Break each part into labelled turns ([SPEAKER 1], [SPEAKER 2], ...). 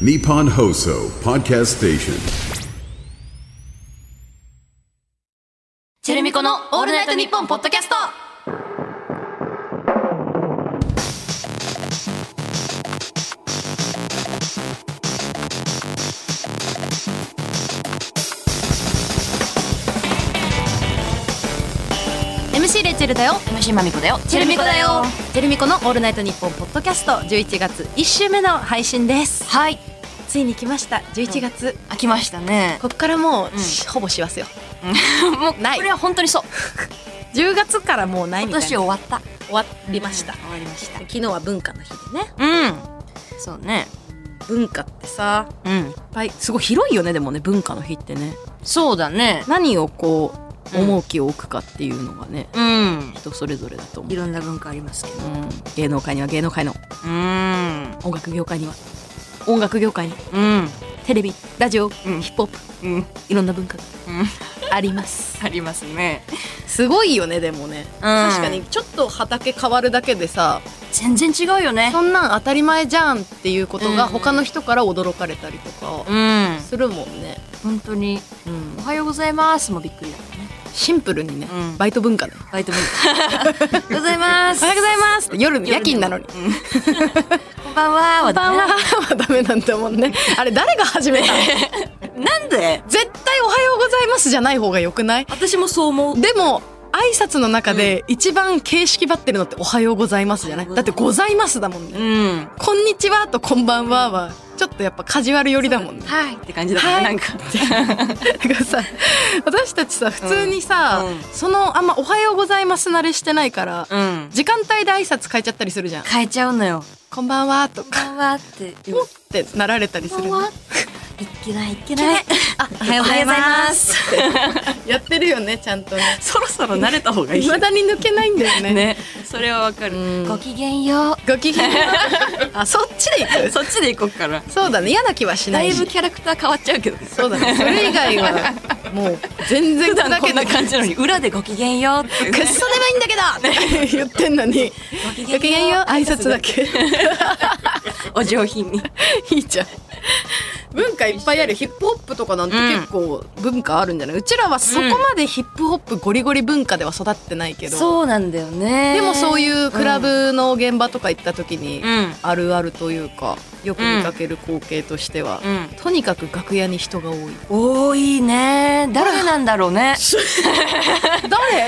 [SPEAKER 1] Nippon Hoso Podcast Station.
[SPEAKER 2] チェルミコのオールナイトニッポンポッドキャストレチェルだよ MC まみこだよチェルミコだよ
[SPEAKER 3] ジェルミコのオールナイトニッポンポッドキャスト11月1週目の配信です
[SPEAKER 2] はい
[SPEAKER 3] ついに来ました11月、
[SPEAKER 2] 飽きましたね
[SPEAKER 3] ここからもう、
[SPEAKER 2] ん
[SPEAKER 3] しほぼ師走よ
[SPEAKER 2] もう
[SPEAKER 3] ない
[SPEAKER 2] これは本当に そう
[SPEAKER 3] 10月からもうないみ
[SPEAKER 2] 今
[SPEAKER 3] たい
[SPEAKER 2] 年
[SPEAKER 3] な
[SPEAKER 2] 終わった
[SPEAKER 3] 終わりました、
[SPEAKER 2] うん終わりました
[SPEAKER 3] 昨日は文化の日でね
[SPEAKER 2] うんそうね
[SPEAKER 3] 文化ってさ
[SPEAKER 2] うん
[SPEAKER 3] いっぱいすごい広いよねでもね文化の日ってね
[SPEAKER 2] そうだね
[SPEAKER 3] 何をこう
[SPEAKER 2] うん
[SPEAKER 3] 重きを置くかっていうのがね、
[SPEAKER 2] うん
[SPEAKER 3] 人それぞれだと思、
[SPEAKER 2] いうろんな文化ありますけど
[SPEAKER 3] うん、芸能界には芸能界の
[SPEAKER 2] うん
[SPEAKER 3] 音楽業界には音楽業界に
[SPEAKER 2] うん
[SPEAKER 3] テレビラジオ、ヒップホップ
[SPEAKER 2] うん
[SPEAKER 3] いろんな文化が
[SPEAKER 2] うん
[SPEAKER 3] あります
[SPEAKER 2] ありますね
[SPEAKER 3] すごいよねでもね、確かにちょっと畑変わるだけでさ
[SPEAKER 2] 全然違うよね
[SPEAKER 3] そんなん当たり前じゃんっていうこと
[SPEAKER 2] うん
[SPEAKER 3] が他の人から驚かれたりとか
[SPEAKER 2] うん
[SPEAKER 3] するもんね、
[SPEAKER 2] 本当に
[SPEAKER 3] うん
[SPEAKER 2] おはようございますもびっくりだったね
[SPEAKER 3] シンプルにね、
[SPEAKER 2] うん
[SPEAKER 3] バイト文化だよ
[SPEAKER 2] バ イトもおはようございます
[SPEAKER 3] おはようございますって夜の夜勤なのに
[SPEAKER 2] うんこんばんは
[SPEAKER 3] 「こ
[SPEAKER 2] は
[SPEAKER 3] んばんは」
[SPEAKER 2] ね
[SPEAKER 3] はダメなんだもんね あれ誰が始め たの
[SPEAKER 2] なんで
[SPEAKER 3] 絶対「おはようございます」じゃない方がよくない
[SPEAKER 2] 私もそう思う
[SPEAKER 3] でも挨拶の中で一番形式ばってるのって「おはようございます」じゃないだって「ございます」だもんね
[SPEAKER 2] うん
[SPEAKER 3] 「こんにちは」と「こんばんは」はちょっとやっぱカジュアル寄りだもんね
[SPEAKER 2] はいって感じだったね
[SPEAKER 3] はい
[SPEAKER 2] なん か
[SPEAKER 3] なんかさ私たちさ普通にさ、
[SPEAKER 2] うんうん
[SPEAKER 3] そのあんま「おはようございます」慣れしてないから、
[SPEAKER 2] うん
[SPEAKER 3] 時間帯で挨拶変えちゃったりするじゃん
[SPEAKER 2] 変えちゃうのよ
[SPEAKER 3] 「こんばんは」と
[SPEAKER 2] こん
[SPEAKER 3] か
[SPEAKER 2] ばんはって
[SPEAKER 3] 「おっ」てなられたりす
[SPEAKER 2] こ
[SPEAKER 3] る
[SPEAKER 2] ん
[SPEAKER 3] ね
[SPEAKER 2] ばんはいっけないいっけないあ おはようございます
[SPEAKER 3] やってるよねちゃんと ね
[SPEAKER 2] そろそろ慣れた方が
[SPEAKER 3] いまだに抜けないんだよね
[SPEAKER 2] ね それはわか
[SPEAKER 3] うん
[SPEAKER 2] るごきげんよう
[SPEAKER 3] ご機嫌 あそっちで行く
[SPEAKER 2] そっちで行こっかな
[SPEAKER 3] そうだね嫌な気はしな
[SPEAKER 2] だ
[SPEAKER 3] い
[SPEAKER 2] い
[SPEAKER 3] し
[SPEAKER 2] ぶキャラクター変わっちゃうけどね
[SPEAKER 3] そうだねそれ以外 はもう全然
[SPEAKER 2] 普段
[SPEAKER 3] だ
[SPEAKER 2] こんな
[SPEAKER 3] く
[SPEAKER 2] 感じなのに裏でごきげんようっていう
[SPEAKER 3] っ
[SPEAKER 2] ね
[SPEAKER 3] そでもいいんだけど言ってんのに
[SPEAKER 2] ごき
[SPEAKER 3] 「ご機嫌よ」挨拶だけ
[SPEAKER 2] お上品に
[SPEAKER 3] いいじゃん。文化いっぱいあるヒップホップとかなんて結構文化あるんじゃない、うちらはそこまでヒップホップゴリゴリ文化では育ってないけど、
[SPEAKER 2] そうなんだよね
[SPEAKER 3] でもそういうクラブの現場とか行った時に
[SPEAKER 2] うん
[SPEAKER 3] あるあるというかよく見かける光景としては、
[SPEAKER 2] うん
[SPEAKER 3] とにかく楽屋に人が多い
[SPEAKER 2] 多いね誰なんだろう ね
[SPEAKER 3] 誰っ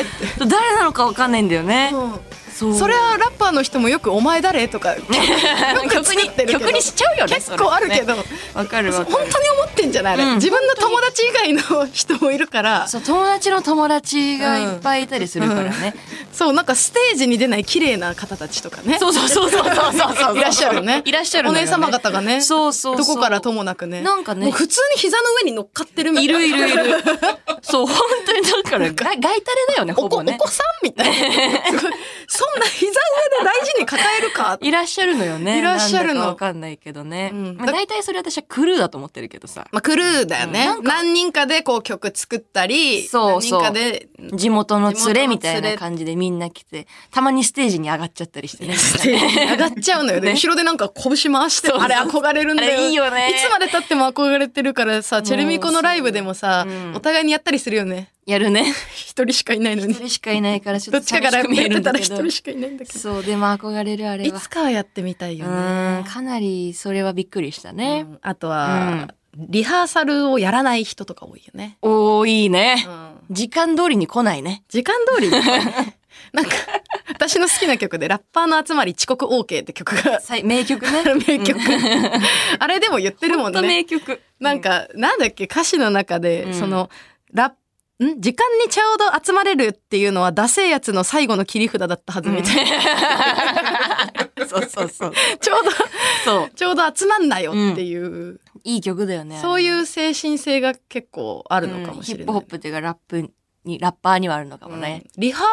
[SPEAKER 3] て、
[SPEAKER 2] 誰なのかわかんないんだよねそう
[SPEAKER 3] それはラッパーの人もよく「お前誰?」 とかよく
[SPEAKER 2] 曲
[SPEAKER 3] 作ってるけ
[SPEAKER 2] に
[SPEAKER 3] ど
[SPEAKER 2] 曲にしちゃうよね
[SPEAKER 3] 結構あるけど、
[SPEAKER 2] わかるわ
[SPEAKER 3] 本
[SPEAKER 2] か
[SPEAKER 3] 当に
[SPEAKER 2] る
[SPEAKER 3] 思ってんじゃない、あれ
[SPEAKER 2] うん
[SPEAKER 3] 自分の友達以外の人もいるから
[SPEAKER 2] そう友達の友達がいっぱいいたりするからね、
[SPEAKER 3] そうなんかステージに出ない綺麗な方たちとかね
[SPEAKER 2] そうそうそうそうそうそうそう
[SPEAKER 3] いらっしゃるよね
[SPEAKER 2] いらっしゃる
[SPEAKER 3] お
[SPEAKER 2] のよ
[SPEAKER 3] 姉
[SPEAKER 2] ね
[SPEAKER 3] 様方がね
[SPEAKER 2] そうそうそう
[SPEAKER 3] どこからともなくね
[SPEAKER 2] なんかね
[SPEAKER 3] もう普通に膝の上に乗っかってるみた
[SPEAKER 2] い
[SPEAKER 3] いな
[SPEAKER 2] るいるいるそう本当にだからが外タレだよねほ
[SPEAKER 3] お子
[SPEAKER 2] ぼ
[SPEAKER 3] お
[SPEAKER 2] ね
[SPEAKER 3] 子さんみた いなすごいそんな膝上で大事に抱えるか
[SPEAKER 2] いらっしゃるのよね
[SPEAKER 3] いらっしゃるの
[SPEAKER 2] なんだかわかんないけどね、
[SPEAKER 3] うん
[SPEAKER 2] まあ、大体それ私はクルーだと思ってるけどさ
[SPEAKER 3] まあ、クルーだよね、
[SPEAKER 2] うんなんか
[SPEAKER 3] 何人かでこう曲作ったり
[SPEAKER 2] そうそう
[SPEAKER 3] 何人かで
[SPEAKER 2] 地元の連れみた
[SPEAKER 3] 地元の
[SPEAKER 2] い
[SPEAKER 3] 連
[SPEAKER 2] な
[SPEAKER 3] れ
[SPEAKER 2] 感じでみんな来てたまにステージに上がっちゃったり してね
[SPEAKER 3] ステージに上がっちゃうのよね
[SPEAKER 2] ね
[SPEAKER 3] 後ろでなんか拳回して
[SPEAKER 2] そうそう
[SPEAKER 3] あれ憧れるんだ
[SPEAKER 2] あ
[SPEAKER 3] よ
[SPEAKER 2] れいいよね
[SPEAKER 3] いつまで経っても憧れてるからさ
[SPEAKER 2] う
[SPEAKER 3] チェルミコのライブでもさ、
[SPEAKER 2] うん
[SPEAKER 3] お互いにやったりするよね
[SPEAKER 2] やるね
[SPEAKER 3] 一人しかいないのに
[SPEAKER 2] 一人しかいないからちょ
[SPEAKER 3] ど
[SPEAKER 2] っ
[SPEAKER 3] っ
[SPEAKER 2] と
[SPEAKER 3] ちかがラ
[SPEAKER 2] 寂
[SPEAKER 3] イ
[SPEAKER 2] しく
[SPEAKER 3] ブ
[SPEAKER 2] 見え
[SPEAKER 3] やっ
[SPEAKER 2] る
[SPEAKER 3] て
[SPEAKER 2] んだ
[SPEAKER 3] たら
[SPEAKER 2] け
[SPEAKER 3] 一
[SPEAKER 2] ど
[SPEAKER 3] 人しかいないんだけど
[SPEAKER 2] そうでも憧れるあれ
[SPEAKER 3] い
[SPEAKER 2] は
[SPEAKER 3] つかはやってみたいよ
[SPEAKER 2] うん
[SPEAKER 3] ね
[SPEAKER 2] かなりそれはびっくりした
[SPEAKER 3] う
[SPEAKER 2] ね、
[SPEAKER 3] んあとは、リハーサルをやらない人とか多いよね、
[SPEAKER 2] おーいいね
[SPEAKER 3] う、ん
[SPEAKER 2] 時間通りに来ないね
[SPEAKER 3] 時間通りに なんか私の好きな曲で「ラッパーの集まり遅刻 OK」って曲が
[SPEAKER 2] さい名曲ね
[SPEAKER 3] 名曲あれでも言ってるも
[SPEAKER 2] ほ
[SPEAKER 3] ん
[SPEAKER 2] んと
[SPEAKER 3] ね
[SPEAKER 2] 名曲
[SPEAKER 3] なんかなんだっけ歌詞の中で、
[SPEAKER 2] うん
[SPEAKER 3] そのラップん時間にちょうど集まれるっていうのはダセーやつの最後の切り札だったはず みたいな、
[SPEAKER 2] そうそうそう
[SPEAKER 3] ちょうど
[SPEAKER 2] そう
[SPEAKER 3] ちょうど集まんなよっていう、
[SPEAKER 2] いい曲だよね
[SPEAKER 3] そう
[SPEAKER 2] う
[SPEAKER 3] いう精神性が結構あ
[SPEAKER 2] あ
[SPEAKER 3] る
[SPEAKER 2] れ
[SPEAKER 3] のかもし
[SPEAKER 2] う
[SPEAKER 3] れな
[SPEAKER 2] んヒップ
[SPEAKER 3] い、
[SPEAKER 2] ホップっていうかラップにラッパーにはあるのかもね、
[SPEAKER 3] うんリハ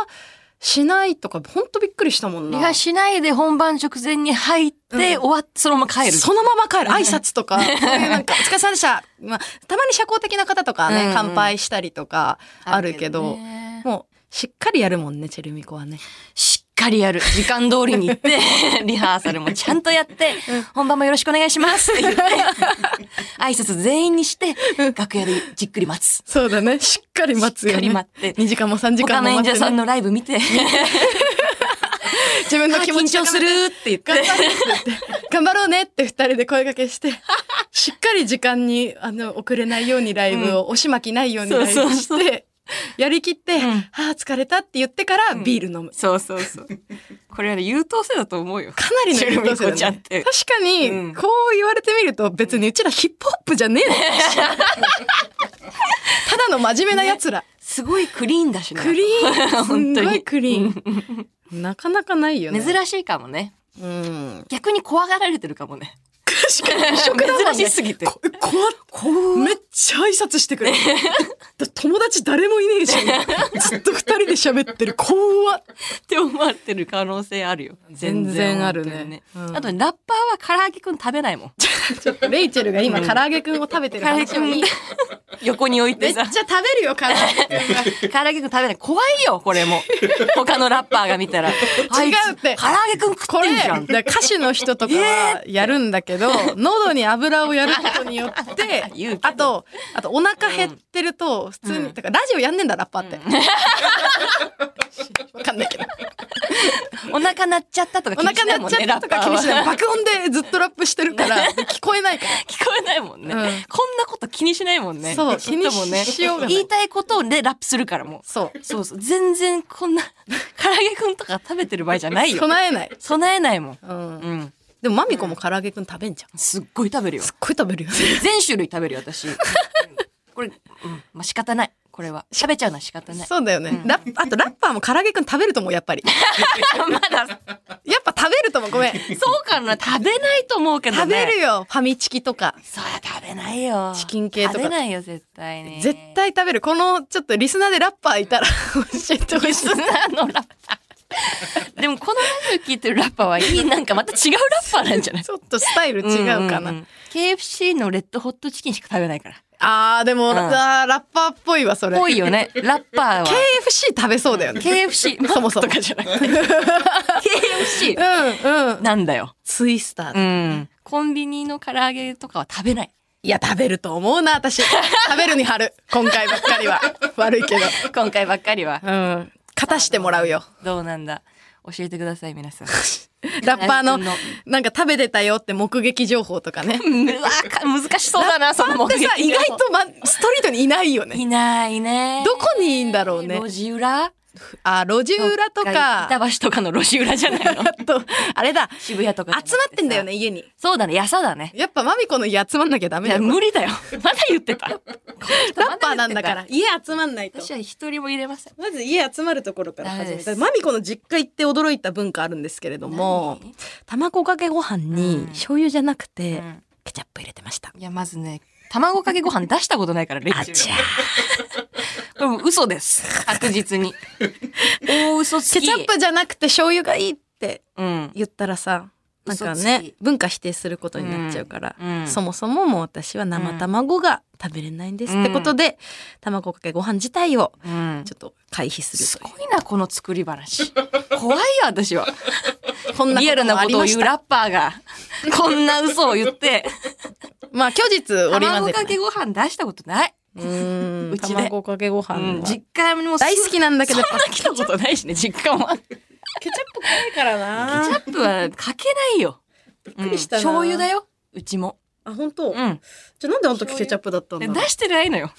[SPEAKER 3] しないとか本当びっくりしたもんな
[SPEAKER 2] リハしないで本番直前に入って、
[SPEAKER 3] うん
[SPEAKER 2] 終わってそのまま帰る。
[SPEAKER 3] そのまま帰る挨拶とかそういうなんか「お疲れ様でした」まあ、たまに社交的な方とかね、
[SPEAKER 2] うんうん
[SPEAKER 3] 乾杯したりとかあるけど
[SPEAKER 2] ね
[SPEAKER 3] もうしっかりやるもんねチェルミコはね
[SPEAKER 2] しっかりやる。時間通りに行 って、リハーサルもちゃんとやって、本番もよろしくお願いしますって言って、挨拶全員にして、楽屋でじっくり待つ。
[SPEAKER 3] そうだ ね。しっかり待つよ、ね。
[SPEAKER 2] しっかり待って
[SPEAKER 3] 2時間も3時間
[SPEAKER 2] 他の
[SPEAKER 3] も
[SPEAKER 2] 演
[SPEAKER 3] 待って、
[SPEAKER 2] 者さん
[SPEAKER 3] ね。
[SPEAKER 2] のライブ見て、
[SPEAKER 3] 自分の気持
[SPEAKER 2] 緊
[SPEAKER 3] ち
[SPEAKER 2] 張するって言って
[SPEAKER 3] 頑。張ろうって言って頑張ろうねって二人で声掛けして、しっかり時間に、あの、遅れないようにライブを、おしまきないようにライブして、
[SPEAKER 2] そうそう
[SPEAKER 3] やりきって、
[SPEAKER 2] ん
[SPEAKER 3] はあ、疲れたって言ってからビール飲む。
[SPEAKER 2] そうそうそう。これはね、優等生だと思うよ。
[SPEAKER 3] かなりの優等
[SPEAKER 2] チェルミ
[SPEAKER 3] 生
[SPEAKER 2] コち
[SPEAKER 3] だ
[SPEAKER 2] ゃんっ
[SPEAKER 3] ね。
[SPEAKER 2] て
[SPEAKER 3] 確かに、
[SPEAKER 2] うん
[SPEAKER 3] こう言われてみると別にうちらヒップホップじゃねえの ただの真面目な奴ら。
[SPEAKER 2] すごいクリーンだしな。
[SPEAKER 3] クリーン。
[SPEAKER 2] 本当
[SPEAKER 3] す
[SPEAKER 2] に
[SPEAKER 3] ごいクリーン。なかなかないよね。
[SPEAKER 2] 珍しいかもね。
[SPEAKER 3] うん。
[SPEAKER 2] 逆に怖がられてるかもね。
[SPEAKER 3] 確 かに異色だもんね。
[SPEAKER 2] 珍しすぎて
[SPEAKER 3] こ怖っめっちゃ挨拶して くれる。だ友達誰もいねえし、ずっと二人で喋ってる。怖 っ
[SPEAKER 2] って思われてる可能性あるよ。
[SPEAKER 3] 全然あるね
[SPEAKER 2] 本当に
[SPEAKER 3] うん
[SPEAKER 2] あとねラッパーは唐揚げくん食べないもん。
[SPEAKER 3] ちょっとレイチェルが今、唐揚げくんを食べてる
[SPEAKER 2] 唐揚げ
[SPEAKER 3] 話
[SPEAKER 2] く
[SPEAKER 3] をい
[SPEAKER 2] ん
[SPEAKER 3] い。
[SPEAKER 2] 横に置い
[SPEAKER 3] めっ
[SPEAKER 2] て
[SPEAKER 3] ちゃ
[SPEAKER 2] さ。
[SPEAKER 3] 食べるよ、唐揚げくんが。
[SPEAKER 2] 唐揚げくん食べない。怖いよ、これも。他のラッパーが見たら。
[SPEAKER 3] 違
[SPEAKER 2] 違
[SPEAKER 3] うって
[SPEAKER 2] 唐揚げくん食
[SPEAKER 3] こ
[SPEAKER 2] って
[SPEAKER 3] れ
[SPEAKER 2] んじゃん。
[SPEAKER 3] だから歌手の人とかはやるんだけど、喉に油をやることによって
[SPEAKER 2] 言うけど
[SPEAKER 3] あとあとお腹減ってると普通に、だからラジオやんねんだラッパーって、わかんないけど
[SPEAKER 2] お腹鳴っちゃったとか
[SPEAKER 3] お
[SPEAKER 2] 気にしな
[SPEAKER 3] 腹
[SPEAKER 2] い
[SPEAKER 3] 鳴
[SPEAKER 2] も
[SPEAKER 3] っ
[SPEAKER 2] ん
[SPEAKER 3] ち
[SPEAKER 2] ね、
[SPEAKER 3] ゃ
[SPEAKER 2] ラ
[SPEAKER 3] った
[SPEAKER 2] ッ
[SPEAKER 3] と
[SPEAKER 2] パ
[SPEAKER 3] か
[SPEAKER 2] ー
[SPEAKER 3] 気にしない
[SPEAKER 2] は。
[SPEAKER 3] 爆音でずっとラップしてるから聞こえないから
[SPEAKER 2] 聞こえないもんね、
[SPEAKER 3] うん
[SPEAKER 2] こんなこと気にしないもんね。
[SPEAKER 3] そう
[SPEAKER 2] ちっともね
[SPEAKER 3] 気にしようがない
[SPEAKER 2] 言いたいことをね、ラップするからもう。
[SPEAKER 3] そう
[SPEAKER 2] そうそう。全然こんな、唐揚げくんとか食べてる場合じゃないよ。
[SPEAKER 3] 備えない、
[SPEAKER 2] 備えないもん。
[SPEAKER 3] うん
[SPEAKER 2] うん。
[SPEAKER 3] でもマミコも唐揚げくん食べんじゃん
[SPEAKER 2] すっごい食べるよ
[SPEAKER 3] す。っごい食べるよね
[SPEAKER 2] 全種類食べるよ、私。これ、うん。まあ、仕方ない。これは。喋っちゃうのは仕方な い。
[SPEAKER 3] そうだよね、ラッあとラッパーも唐揚げくん食べると思うやっぱり
[SPEAKER 2] まだ、
[SPEAKER 3] やっぱ食べると思うご めん
[SPEAKER 2] そうかな。食べないと思うけどね。
[SPEAKER 3] 食べるよファミチキとか
[SPEAKER 2] そうや、食べないよ。
[SPEAKER 3] チキン系とか
[SPEAKER 2] 食べないよ、絶対に。
[SPEAKER 3] 絶 対食べるこのちょっとリスナーでラッパーいたら 教えてほ
[SPEAKER 2] リ
[SPEAKER 3] し
[SPEAKER 2] ス
[SPEAKER 3] い
[SPEAKER 2] ナーのラッパー。でもこのラジオ聞いてるラッパーはい いなんかまた違うラッパーなんじゃない
[SPEAKER 3] ちょっとスタイル 違うかな、
[SPEAKER 2] んんん KFC のレッドホットチキンしか食べな いから。
[SPEAKER 3] あーでも、
[SPEAKER 2] ん
[SPEAKER 3] あーラッパーっぽいわそれ
[SPEAKER 2] ぽいよね。ラッパーは。
[SPEAKER 3] KFC 食べそうだよね、
[SPEAKER 2] KFC。
[SPEAKER 3] そもそも
[SPEAKER 2] マックとかじゃなくて。KFC。
[SPEAKER 3] うんうん
[SPEAKER 2] なんだよ。
[SPEAKER 3] ツイスター、
[SPEAKER 2] うん。コンビニの唐揚げとかは食べない。
[SPEAKER 3] いや食べると思うな私食べるに張 る今回ばっかりは悪いけど
[SPEAKER 2] 今回ばっかりは。
[SPEAKER 3] うん勝たしてもらうよ
[SPEAKER 2] どうなんだ。教えてください、皆さん。
[SPEAKER 3] ラッパーの
[SPEAKER 2] 自分の
[SPEAKER 3] なんか食べてたよって目撃情報とかね
[SPEAKER 2] うわか難しそうだな、その目
[SPEAKER 3] で
[SPEAKER 2] 撃
[SPEAKER 3] さ意外と、ま、ストリートにいないよね
[SPEAKER 2] いないね。
[SPEAKER 3] どこにいいんだろうね
[SPEAKER 2] 路地裏
[SPEAKER 3] あ路地裏とか
[SPEAKER 2] 板橋とかの路地裏じゃない の
[SPEAKER 3] あとあれだ
[SPEAKER 2] 渋谷とかじゃなく
[SPEAKER 3] 集
[SPEAKER 2] さ
[SPEAKER 3] まってんだよね家に
[SPEAKER 2] そうだねやさだね
[SPEAKER 3] やっぱマミコの家集まんなきゃダ
[SPEAKER 2] い
[SPEAKER 3] メだ
[SPEAKER 2] や
[SPEAKER 3] よ
[SPEAKER 2] 無理 だよまだ言ってた
[SPEAKER 3] ラ
[SPEAKER 2] ラ
[SPEAKER 3] ッパーなんだから家集まんないと
[SPEAKER 2] 私は一人も入れません
[SPEAKER 3] まず家集まるところから始
[SPEAKER 2] ダメ
[SPEAKER 3] め
[SPEAKER 2] で
[SPEAKER 3] た
[SPEAKER 2] す
[SPEAKER 3] マミコの実家行って驚いた文化あるんですけれども
[SPEAKER 2] 何
[SPEAKER 3] 卵かけご飯に
[SPEAKER 2] うん
[SPEAKER 3] 醤油じゃなくて
[SPEAKER 2] ん
[SPEAKER 3] ケチャップ入れてました
[SPEAKER 2] いやまずね卵かけご飯出したことないからレッ
[SPEAKER 3] あ
[SPEAKER 2] チ
[SPEAKER 3] ちゃ
[SPEAKER 2] これもう嘘です確 実に大嘘つき
[SPEAKER 3] ケチャップじゃなくて醤油がいいって
[SPEAKER 2] うん
[SPEAKER 3] 言ったらさなんか
[SPEAKER 2] 嘘つ
[SPEAKER 3] ね
[SPEAKER 2] き
[SPEAKER 3] 文化否定することになっちゃうから、
[SPEAKER 2] うんうん
[SPEAKER 3] そもそももう私は生卵が食べれないんですってことで、卵かけご飯自体を
[SPEAKER 2] うん
[SPEAKER 3] ちょっと回避するという
[SPEAKER 2] すごいなこの作り話怖いよ私は
[SPEAKER 3] こんな
[SPEAKER 2] リアルなことを言う
[SPEAKER 3] もありま
[SPEAKER 2] ラッパー がこんな嘘を言って
[SPEAKER 3] したまあ虚実織り交
[SPEAKER 2] 卵
[SPEAKER 3] ぜ
[SPEAKER 2] か
[SPEAKER 3] て
[SPEAKER 2] けご飯出したことない、
[SPEAKER 3] う
[SPEAKER 2] うちで
[SPEAKER 3] 卵かけご飯
[SPEAKER 2] う
[SPEAKER 3] は、
[SPEAKER 2] ん、実家にも
[SPEAKER 3] 大好きなんだけど
[SPEAKER 2] そんな来たことないしね実家も
[SPEAKER 3] ケチ
[SPEAKER 2] ケ
[SPEAKER 3] ャップ怖いからな
[SPEAKER 2] チャップはかけないよ
[SPEAKER 3] っくりしたな
[SPEAKER 2] 醤油だようちも
[SPEAKER 3] あ本当、
[SPEAKER 2] うん
[SPEAKER 3] じゃあなんであの時ケチャップだったん
[SPEAKER 2] で
[SPEAKER 3] だ
[SPEAKER 2] 出してない のよ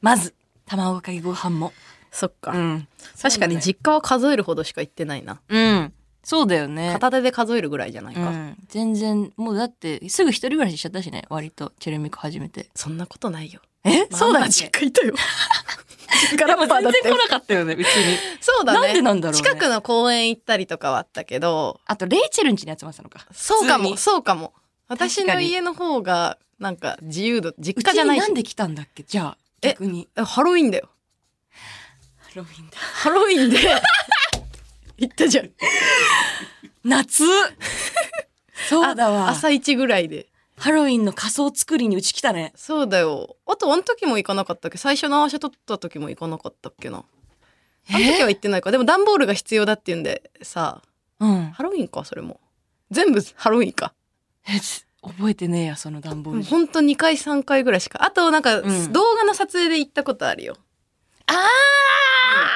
[SPEAKER 2] まず卵かけご飯も
[SPEAKER 3] そっか、
[SPEAKER 2] うん
[SPEAKER 3] 確かに実家は数えるほどしか行ってないな
[SPEAKER 2] うんそうだよね
[SPEAKER 3] 片手で数えるぐらいじゃないうか、
[SPEAKER 2] ん、全然もうだってすぐ一人暮らししちゃったしね割とチェルミコ始めて
[SPEAKER 3] そんなことないよ
[SPEAKER 2] えそうだ
[SPEAKER 3] まあ
[SPEAKER 2] っ
[SPEAKER 3] 実
[SPEAKER 2] け
[SPEAKER 3] 家い たよ実家ラッパーだ
[SPEAKER 2] 全
[SPEAKER 3] って
[SPEAKER 2] 然来なかったよねうちに
[SPEAKER 3] そうだね
[SPEAKER 2] なんでなんだろうね
[SPEAKER 3] 近くの公園行ったりとかはあったけど
[SPEAKER 2] あとレイチェルん家に集まってたのか
[SPEAKER 3] そうか
[SPEAKER 2] 普通
[SPEAKER 3] も
[SPEAKER 2] に
[SPEAKER 3] そうかも私
[SPEAKER 2] 確
[SPEAKER 3] の
[SPEAKER 2] かに
[SPEAKER 3] 家の方がなんか自由度実
[SPEAKER 2] う
[SPEAKER 3] 家
[SPEAKER 2] ち
[SPEAKER 3] じゃ
[SPEAKER 2] に
[SPEAKER 3] ないし
[SPEAKER 2] なんで来たんだっけじゃあ
[SPEAKER 3] え
[SPEAKER 2] 逆に
[SPEAKER 3] えハロウィンだよ
[SPEAKER 2] ハロウィンだ
[SPEAKER 3] ハロウィン で行ったじゃん
[SPEAKER 2] 夏そうだわ
[SPEAKER 3] 朝一ぐらいで
[SPEAKER 2] ハロウィンの仮装作りにうち来たね
[SPEAKER 3] そうだよあとあの時も行かなかったっけ最初の合わせ取った時も行かなかったっけなあの時は行ってないか。でも段ボールが必要だって言うんで、さ、
[SPEAKER 2] うん。
[SPEAKER 3] ハロウィンか、それも。全部ハロウィンか。
[SPEAKER 2] え、つ覚えてねえや、その段ボール。
[SPEAKER 3] ほんと2回3回ぐらいしか。あとなんか、
[SPEAKER 2] うん
[SPEAKER 3] 動画の撮影で行ったことあるよ。
[SPEAKER 2] あ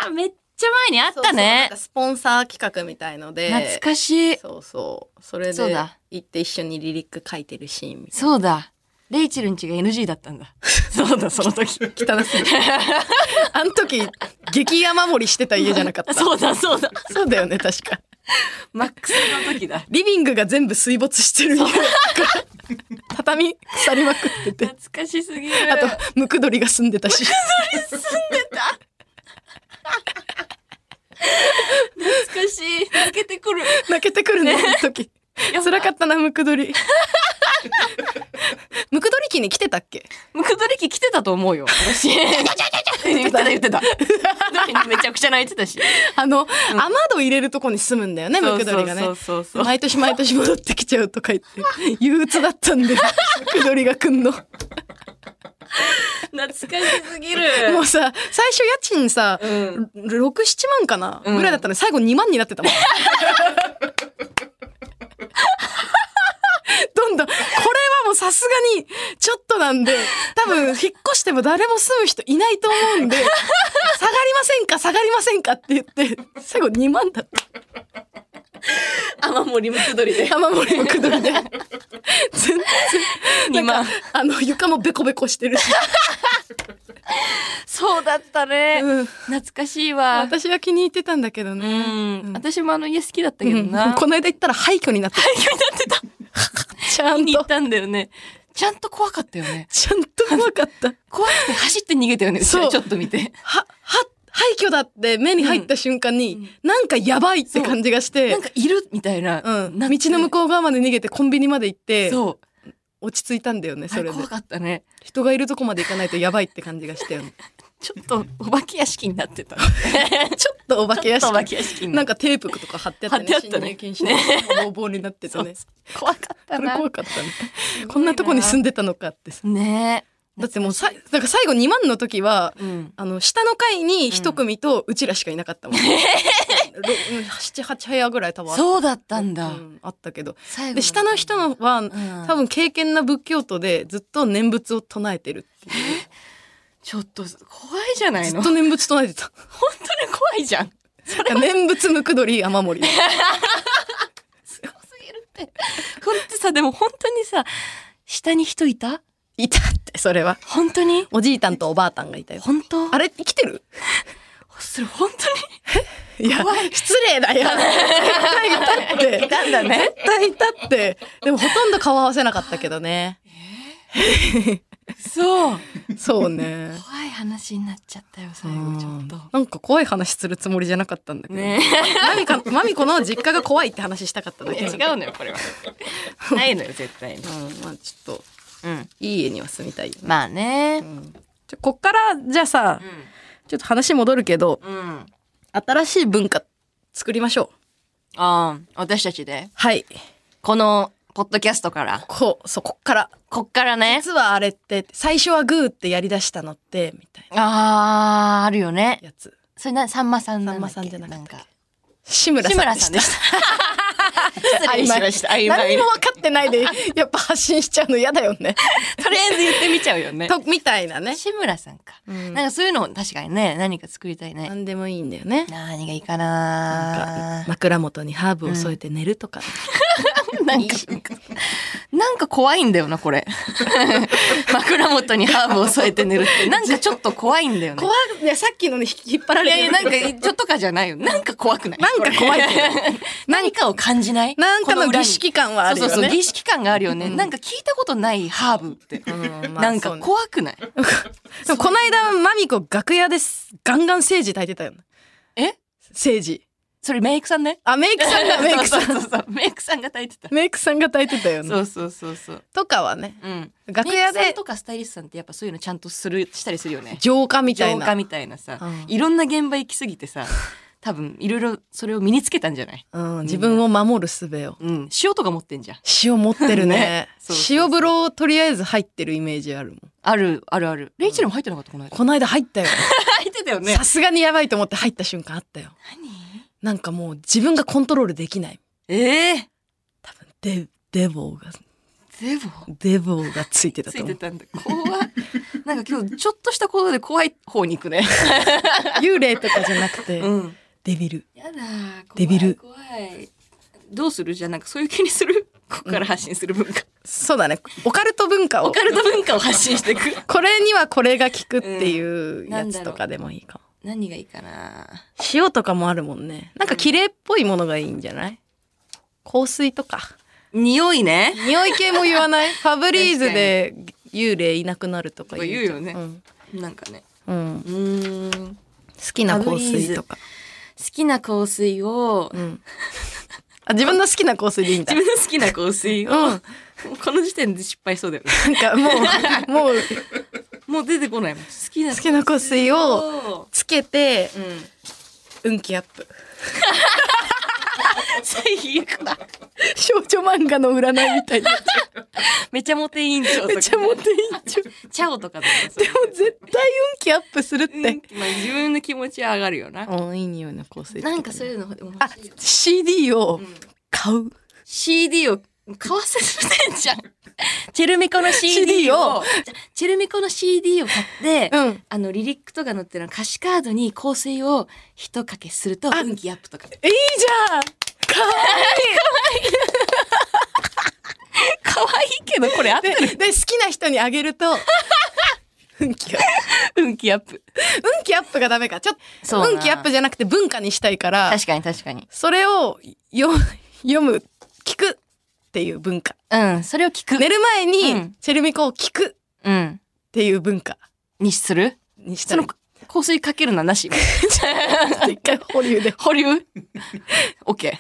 [SPEAKER 2] ーめっちゃ前にあっ
[SPEAKER 3] そう。そ
[SPEAKER 2] たね
[SPEAKER 3] うなんかスポンサー企画みたいので。
[SPEAKER 2] 懐かしい。
[SPEAKER 3] そうそう。それで
[SPEAKER 2] そうだ
[SPEAKER 3] 行って一緒にリリック書いてるシーンみたい
[SPEAKER 2] そうだ。レイチェルんちが NG だった んだ。そうだ、その時。
[SPEAKER 3] な。汚すぎる。あの時、激山盛りしてた家じゃなかった。そう
[SPEAKER 2] そうだ、そうだ。
[SPEAKER 3] だよね、確か。
[SPEAKER 2] マックスの時だ。
[SPEAKER 3] リビングが全部水没してる家。畳腐りまくってて。
[SPEAKER 2] 懐かしすぎる。
[SPEAKER 3] あと、ムクドリが住んでたし。
[SPEAKER 2] 懐かしい。泣けてくる。
[SPEAKER 3] 泣けてくるね、あの時。辛かったな、ムクドリ。ムクドリ機に来てたっけ
[SPEAKER 2] ムクドリキ来てたと思うよ。私。言ってた、言ってた。 めちゃくちゃ泣いてたし。
[SPEAKER 3] あの、雨戸入れるとこに住むんだよね、ムクドリがね。
[SPEAKER 2] そうそうそうそう。
[SPEAKER 3] 毎年毎年戻ってきちゃうとか言って憂鬱だったんで ムクドリがくんのも
[SPEAKER 2] 懐かしすぎる。
[SPEAKER 3] うさ最初家賃さ、
[SPEAKER 2] ん
[SPEAKER 3] 67万かな、ぐらいだったのに最後2万になって たもんどんどんこれはもうさすがにちょっとなんで多分引っ越しても誰も住む人いないと思うんで下がりませんか下がりませんかって言って最後2万だった
[SPEAKER 2] 雨漏りムクドリで。
[SPEAKER 3] 雨漏りムクドリで全然
[SPEAKER 2] 2
[SPEAKER 3] なん
[SPEAKER 2] 万
[SPEAKER 3] か。あの床もベコベコして るし
[SPEAKER 2] そうだったね。
[SPEAKER 3] うん
[SPEAKER 2] 懐かしいわ。
[SPEAKER 3] 私は気に入ってたんだけど
[SPEAKER 2] う
[SPEAKER 3] ね。
[SPEAKER 2] ん。私もあの家好きだったけ
[SPEAKER 3] う
[SPEAKER 2] ど
[SPEAKER 3] ん
[SPEAKER 2] な。
[SPEAKER 3] この間行ったら廃墟になってた。
[SPEAKER 2] にな ってた。
[SPEAKER 3] ちゃ
[SPEAKER 2] 見
[SPEAKER 3] ん
[SPEAKER 2] に行っ
[SPEAKER 3] と。
[SPEAKER 2] たんだよね。ちゃんと怖かったよね。
[SPEAKER 3] ちゃんと怖かった。
[SPEAKER 2] 怖くて走って逃げたよね。
[SPEAKER 3] そう
[SPEAKER 2] ちょっと見て。
[SPEAKER 3] は、は、廃墟だって目に入った瞬間に、なんかやばいって感じがし
[SPEAKER 2] な
[SPEAKER 3] て
[SPEAKER 2] ん、かいるみたいな。
[SPEAKER 3] うん。
[SPEAKER 2] な
[SPEAKER 3] 道の向こう側まで逃げてコンビニまで行って、
[SPEAKER 2] そう。
[SPEAKER 3] 落ち着いたんだよね、
[SPEAKER 2] あ
[SPEAKER 3] そ
[SPEAKER 2] れ
[SPEAKER 3] れで
[SPEAKER 2] 怖。かったね。
[SPEAKER 3] 人がいるとこまで行かないとやばいって感じがして、
[SPEAKER 2] ちょっとお化け屋敷になって た。
[SPEAKER 3] ちょっとお化け屋
[SPEAKER 2] ちょっとお化
[SPEAKER 3] 敷。
[SPEAKER 2] け屋敷に
[SPEAKER 3] な
[SPEAKER 2] なんんか
[SPEAKER 3] かテープとか貼ってあったね。
[SPEAKER 2] 貼ってあったね
[SPEAKER 3] 侵入禁止のボーボーになってたね。
[SPEAKER 2] 怖かった
[SPEAKER 3] あれ
[SPEAKER 2] な。
[SPEAKER 3] 怖かったね。こんなとこに住んでたのかってさ。
[SPEAKER 2] ね
[SPEAKER 3] だってもうさ、なんか最後2万の時は、
[SPEAKER 2] え。うん。
[SPEAKER 3] あの下の階に一組とうちらしかいなかったもん、78部屋ぐらい多分あっ
[SPEAKER 2] そうだった
[SPEAKER 3] た
[SPEAKER 2] んだ
[SPEAKER 3] う。んあったけど
[SPEAKER 2] 最後
[SPEAKER 3] で下の人のは、
[SPEAKER 2] ん
[SPEAKER 3] 多分敬虔な仏教徒でずっと念仏を唱えてるっていう
[SPEAKER 2] ちょっと怖いじゃない
[SPEAKER 3] ず
[SPEAKER 2] の。
[SPEAKER 3] っ
[SPEAKER 2] 本
[SPEAKER 3] と念仏唱えて た
[SPEAKER 2] 当に怖いじゃん。
[SPEAKER 3] 念仏ムクドリ雨漏り
[SPEAKER 2] 怖すぎるって。ほんとさ、でも本当にさ、下に人いた
[SPEAKER 3] いたってそれは
[SPEAKER 2] 本当に
[SPEAKER 3] おじいたんとおばあたんがいたよ
[SPEAKER 2] 本当
[SPEAKER 3] あれ生きてる
[SPEAKER 2] それ本当に
[SPEAKER 3] いや
[SPEAKER 2] 怖い
[SPEAKER 3] 失礼だよ絶対いたっていたんだね絶対いたってでもほとんど顔合わせなかったけど ね
[SPEAKER 2] そう。
[SPEAKER 3] そうね
[SPEAKER 2] 怖い話になっちゃったよ、最後ちょっと。
[SPEAKER 3] なんか怖い話するつもりじゃなかったんだけど、
[SPEAKER 2] ね
[SPEAKER 3] マミカマミコの実家が怖いって話したかっただ
[SPEAKER 2] え。
[SPEAKER 3] けな
[SPEAKER 2] 違
[SPEAKER 3] んだ
[SPEAKER 2] うのよ、これは。ないのよ、絶対に。
[SPEAKER 3] うんまあちょっと
[SPEAKER 2] うん。
[SPEAKER 3] いい家には住みたいよね
[SPEAKER 2] まあね。
[SPEAKER 3] ちょこっからじゃあさ、ちょっと話戻るけど
[SPEAKER 2] うん。
[SPEAKER 3] 新しい文化作りましょう
[SPEAKER 2] ああ、私たちで。
[SPEAKER 3] はい
[SPEAKER 2] この、ポッドキャストから。
[SPEAKER 3] こうそうこっから
[SPEAKER 2] こっからね。
[SPEAKER 3] 実はあれって最初はグーってやりだしたのってみたい
[SPEAKER 2] ああ、あるよね
[SPEAKER 3] な。やつ
[SPEAKER 2] それな、さんまさんなんだっけ
[SPEAKER 3] さんまさんじゃなかったっ
[SPEAKER 2] んか
[SPEAKER 3] 志村
[SPEAKER 2] 志
[SPEAKER 3] さん
[SPEAKER 2] 村
[SPEAKER 3] で
[SPEAKER 2] さ
[SPEAKER 3] し
[SPEAKER 2] んで
[SPEAKER 3] た
[SPEAKER 2] した。 失礼しました。曖
[SPEAKER 3] 何
[SPEAKER 2] 昧
[SPEAKER 3] にも分かってないでやっぱ発信しちゃうの嫌だよね
[SPEAKER 2] とりあえず言ってみちゃうよ ね。
[SPEAKER 3] とみたいな ね
[SPEAKER 2] 志村さんか。なんかそういうのも確かにね、何か作りたいね。
[SPEAKER 3] 何でもいいんだよね
[SPEAKER 2] 何がいいか
[SPEAKER 3] なん
[SPEAKER 2] な
[SPEAKER 3] か枕元にハーブを添えて寝るとか、
[SPEAKER 2] なんか、なんか怖いんだよな、こ れ。枕元にハーブを添えて寝る って。なんかちょっと怖いんだよね。
[SPEAKER 3] 怖いねさっきのに引っ張ら
[SPEAKER 2] い
[SPEAKER 3] れ
[SPEAKER 2] や
[SPEAKER 3] て
[SPEAKER 2] いや、なんか、 ちょっとかじゃないよ。なんか怖くない
[SPEAKER 3] なんか怖いけど
[SPEAKER 2] 何かを感じない
[SPEAKER 3] なんかの
[SPEAKER 2] こ裏に
[SPEAKER 3] 儀式感はあるよね
[SPEAKER 2] そうそうそう、儀式感があるよね。なんか聞いたことないハーブって。
[SPEAKER 3] まあ
[SPEAKER 2] なんか怖くない
[SPEAKER 3] でもこの間マミコ楽屋ですガンガンセージ炊いてたよね
[SPEAKER 2] え
[SPEAKER 3] セージ
[SPEAKER 2] それメイクさんね。
[SPEAKER 3] あメイクさんだメイクさん
[SPEAKER 2] そうそうそうそう。メイクさんが炊いてた。
[SPEAKER 3] メイクさんが炊いてたよね
[SPEAKER 2] そうそうそうそう。
[SPEAKER 3] とかはね
[SPEAKER 2] うん。
[SPEAKER 3] 楽屋
[SPEAKER 2] メイクさん
[SPEAKER 3] で
[SPEAKER 2] とかスタイリストさんってやっぱそういうのちゃんとする、したりするよね。
[SPEAKER 3] 浄化みたい
[SPEAKER 2] 浄化
[SPEAKER 3] な
[SPEAKER 2] みたいなさ
[SPEAKER 3] うん。
[SPEAKER 2] いろんな現場行きすぎてさ。多分いろいろそれを身につけたんじゃない
[SPEAKER 3] うん、自分を守る術を。
[SPEAKER 2] うん。塩とか持ってんじゃん。
[SPEAKER 3] 塩持ってるね
[SPEAKER 2] ねそうそうそう
[SPEAKER 3] 塩風呂とりあえず入ってるイメージあるもん。
[SPEAKER 2] ある、あるある。レイチェルも入ってなかった、この間。
[SPEAKER 3] この間入ったよ。
[SPEAKER 2] 入ってたよ
[SPEAKER 3] さすがにやばいと思って入った瞬間あったよ。
[SPEAKER 2] 何
[SPEAKER 3] なんかもう自分がコントロールできない。
[SPEAKER 2] ええ
[SPEAKER 3] 多分デデボーが
[SPEAKER 2] ー。ゼボ
[SPEAKER 3] デボーがついてた
[SPEAKER 2] つ
[SPEAKER 3] と
[SPEAKER 2] い
[SPEAKER 3] 思
[SPEAKER 2] て
[SPEAKER 3] う。
[SPEAKER 2] たんだ。怖い なんか今日ちょっとしたことで怖い方に行くね。
[SPEAKER 3] 幽霊とかじゃなくて、
[SPEAKER 2] うん。
[SPEAKER 3] デビル。
[SPEAKER 2] やだー。
[SPEAKER 3] デビル
[SPEAKER 2] 怖い怖い。どうするじゃあなんかそういう気にするここから発信する文化。
[SPEAKER 3] そうだね。オカルト文化
[SPEAKER 2] オ
[SPEAKER 3] を。
[SPEAKER 2] カルト文化を発信していく。
[SPEAKER 3] これにはこれが効くっていううん
[SPEAKER 2] な
[SPEAKER 3] や
[SPEAKER 2] んだ
[SPEAKER 3] つ
[SPEAKER 2] ろう
[SPEAKER 3] とかでもいいかも。
[SPEAKER 2] 何がいいかな
[SPEAKER 3] 塩とかもあるもんね。なんか綺麗っぽいものがいいんじゃない香水とか。
[SPEAKER 2] 匂いね。
[SPEAKER 3] 匂い系も言わ ないファブリーズで幽霊いなくなるとか言うじゃん
[SPEAKER 2] 言うよねなんかね。
[SPEAKER 3] うんうん
[SPEAKER 2] うーん。好
[SPEAKER 3] 好きな香水とか、
[SPEAKER 2] きな香水を、
[SPEAKER 3] うん、あ自分の好きな香水で いいんだ
[SPEAKER 2] 自分の好きな香水を、
[SPEAKER 3] うん
[SPEAKER 2] この時点で失敗しそうだよね。
[SPEAKER 3] なんかもうもう
[SPEAKER 2] もう出てこないもん。好きな
[SPEAKER 3] 好きな香水を
[SPEAKER 2] を。
[SPEAKER 3] つけて
[SPEAKER 2] うん。
[SPEAKER 3] 運気アップ
[SPEAKER 2] 最悪だ。
[SPEAKER 3] 少女漫画の占いみたいになっちゃ
[SPEAKER 2] めちゃモテ委員長
[SPEAKER 3] う
[SPEAKER 2] と
[SPEAKER 3] め
[SPEAKER 2] か。
[SPEAKER 3] っちゃモテいん ちゃうで
[SPEAKER 2] チャオとかだ
[SPEAKER 3] も絶対運気アップするっ
[SPEAKER 2] うん
[SPEAKER 3] て、
[SPEAKER 2] まあ自分の気持ちは上がるよな。
[SPEAKER 3] うん、いい匂いの香水
[SPEAKER 2] なんかそういううのでも
[SPEAKER 3] あ
[SPEAKER 2] 欲しいよ
[SPEAKER 3] CD を
[SPEAKER 2] うん
[SPEAKER 3] 買う、
[SPEAKER 2] CD を買わせてんじゃん。 チェルミコの
[SPEAKER 3] CD
[SPEAKER 2] CD
[SPEAKER 3] を
[SPEAKER 2] を、チェルミコの CD を買って、
[SPEAKER 3] うん
[SPEAKER 2] あの、リリックとか載ってるの歌詞カードに香水を一かけすると、運気アップとか。
[SPEAKER 3] いいじゃんかわ
[SPEAKER 2] 可愛いけど、これあっ
[SPEAKER 3] いい でで好きな人にあげると運気アップ
[SPEAKER 2] 運気アップ。
[SPEAKER 3] 運気アップがダメか。ちょっ
[SPEAKER 2] そう
[SPEAKER 3] と、
[SPEAKER 2] な
[SPEAKER 3] 運気アップじゃなくて文化にしたいから、
[SPEAKER 2] かに確かに。
[SPEAKER 3] それをよ 読む、聞くっていう文化。
[SPEAKER 2] うん、それを聞く。
[SPEAKER 3] 寝る前
[SPEAKER 2] う
[SPEAKER 3] に
[SPEAKER 2] ん、
[SPEAKER 3] チェルミコを聞くっ
[SPEAKER 2] うん。
[SPEAKER 3] ていう文化
[SPEAKER 2] にする
[SPEAKER 3] にした
[SPEAKER 2] そ
[SPEAKER 3] らい
[SPEAKER 2] の
[SPEAKER 3] い、
[SPEAKER 2] 香水かけるのはなし。
[SPEAKER 3] 一 回保留で
[SPEAKER 2] 保 留 ?OK。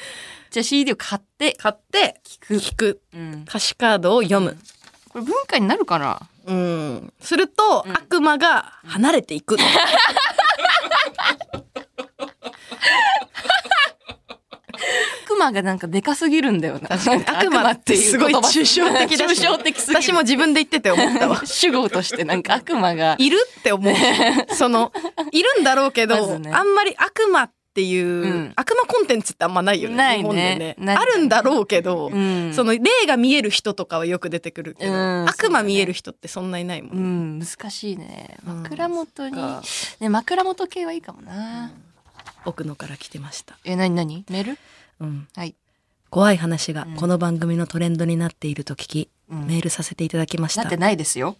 [SPEAKER 2] じゃあ CD を買って、
[SPEAKER 3] 買って、
[SPEAKER 2] 聞く。
[SPEAKER 3] 聞く。
[SPEAKER 2] うん。
[SPEAKER 3] 歌詞カードを読む。
[SPEAKER 2] これ文化になるかな
[SPEAKER 3] うん。すると、
[SPEAKER 2] うん
[SPEAKER 3] 悪魔が離れてい く。
[SPEAKER 2] 悪魔がなんかでかすぎるんだよな。なんか
[SPEAKER 3] 悪魔ってすごい
[SPEAKER 2] 言葉
[SPEAKER 3] 抽象的だし。
[SPEAKER 2] 抽象的すぎる。
[SPEAKER 3] 私も自分で言ってて思 ったわ。
[SPEAKER 2] 主語としてなんか悪魔が。
[SPEAKER 3] いるって思う。その、いるんだろうけ
[SPEAKER 2] ま
[SPEAKER 3] ど、
[SPEAKER 2] ずね
[SPEAKER 3] あんまり悪魔っていう、
[SPEAKER 2] ん
[SPEAKER 3] 悪魔コンテンツってあんまないよね。
[SPEAKER 2] ないね
[SPEAKER 3] 日本でね。
[SPEAKER 2] ない
[SPEAKER 3] あるんだろうけど、
[SPEAKER 2] うん。
[SPEAKER 3] その霊が見える人とかはよく出てくるけど、
[SPEAKER 2] うん
[SPEAKER 3] 悪魔見える人ってそんないないも。
[SPEAKER 2] うんん、難しいね。
[SPEAKER 3] うん
[SPEAKER 2] 枕元に
[SPEAKER 3] そっか。
[SPEAKER 2] ね、枕元系はいいかもな。
[SPEAKER 3] 奥野から来てました。
[SPEAKER 2] え、なになにメール
[SPEAKER 3] うん。
[SPEAKER 2] はい。
[SPEAKER 3] 怖い話が
[SPEAKER 2] うん
[SPEAKER 3] この番組のトレンドになっていると聞き、
[SPEAKER 2] うん
[SPEAKER 3] メールさせていただきまし
[SPEAKER 2] なったて。ないですよ。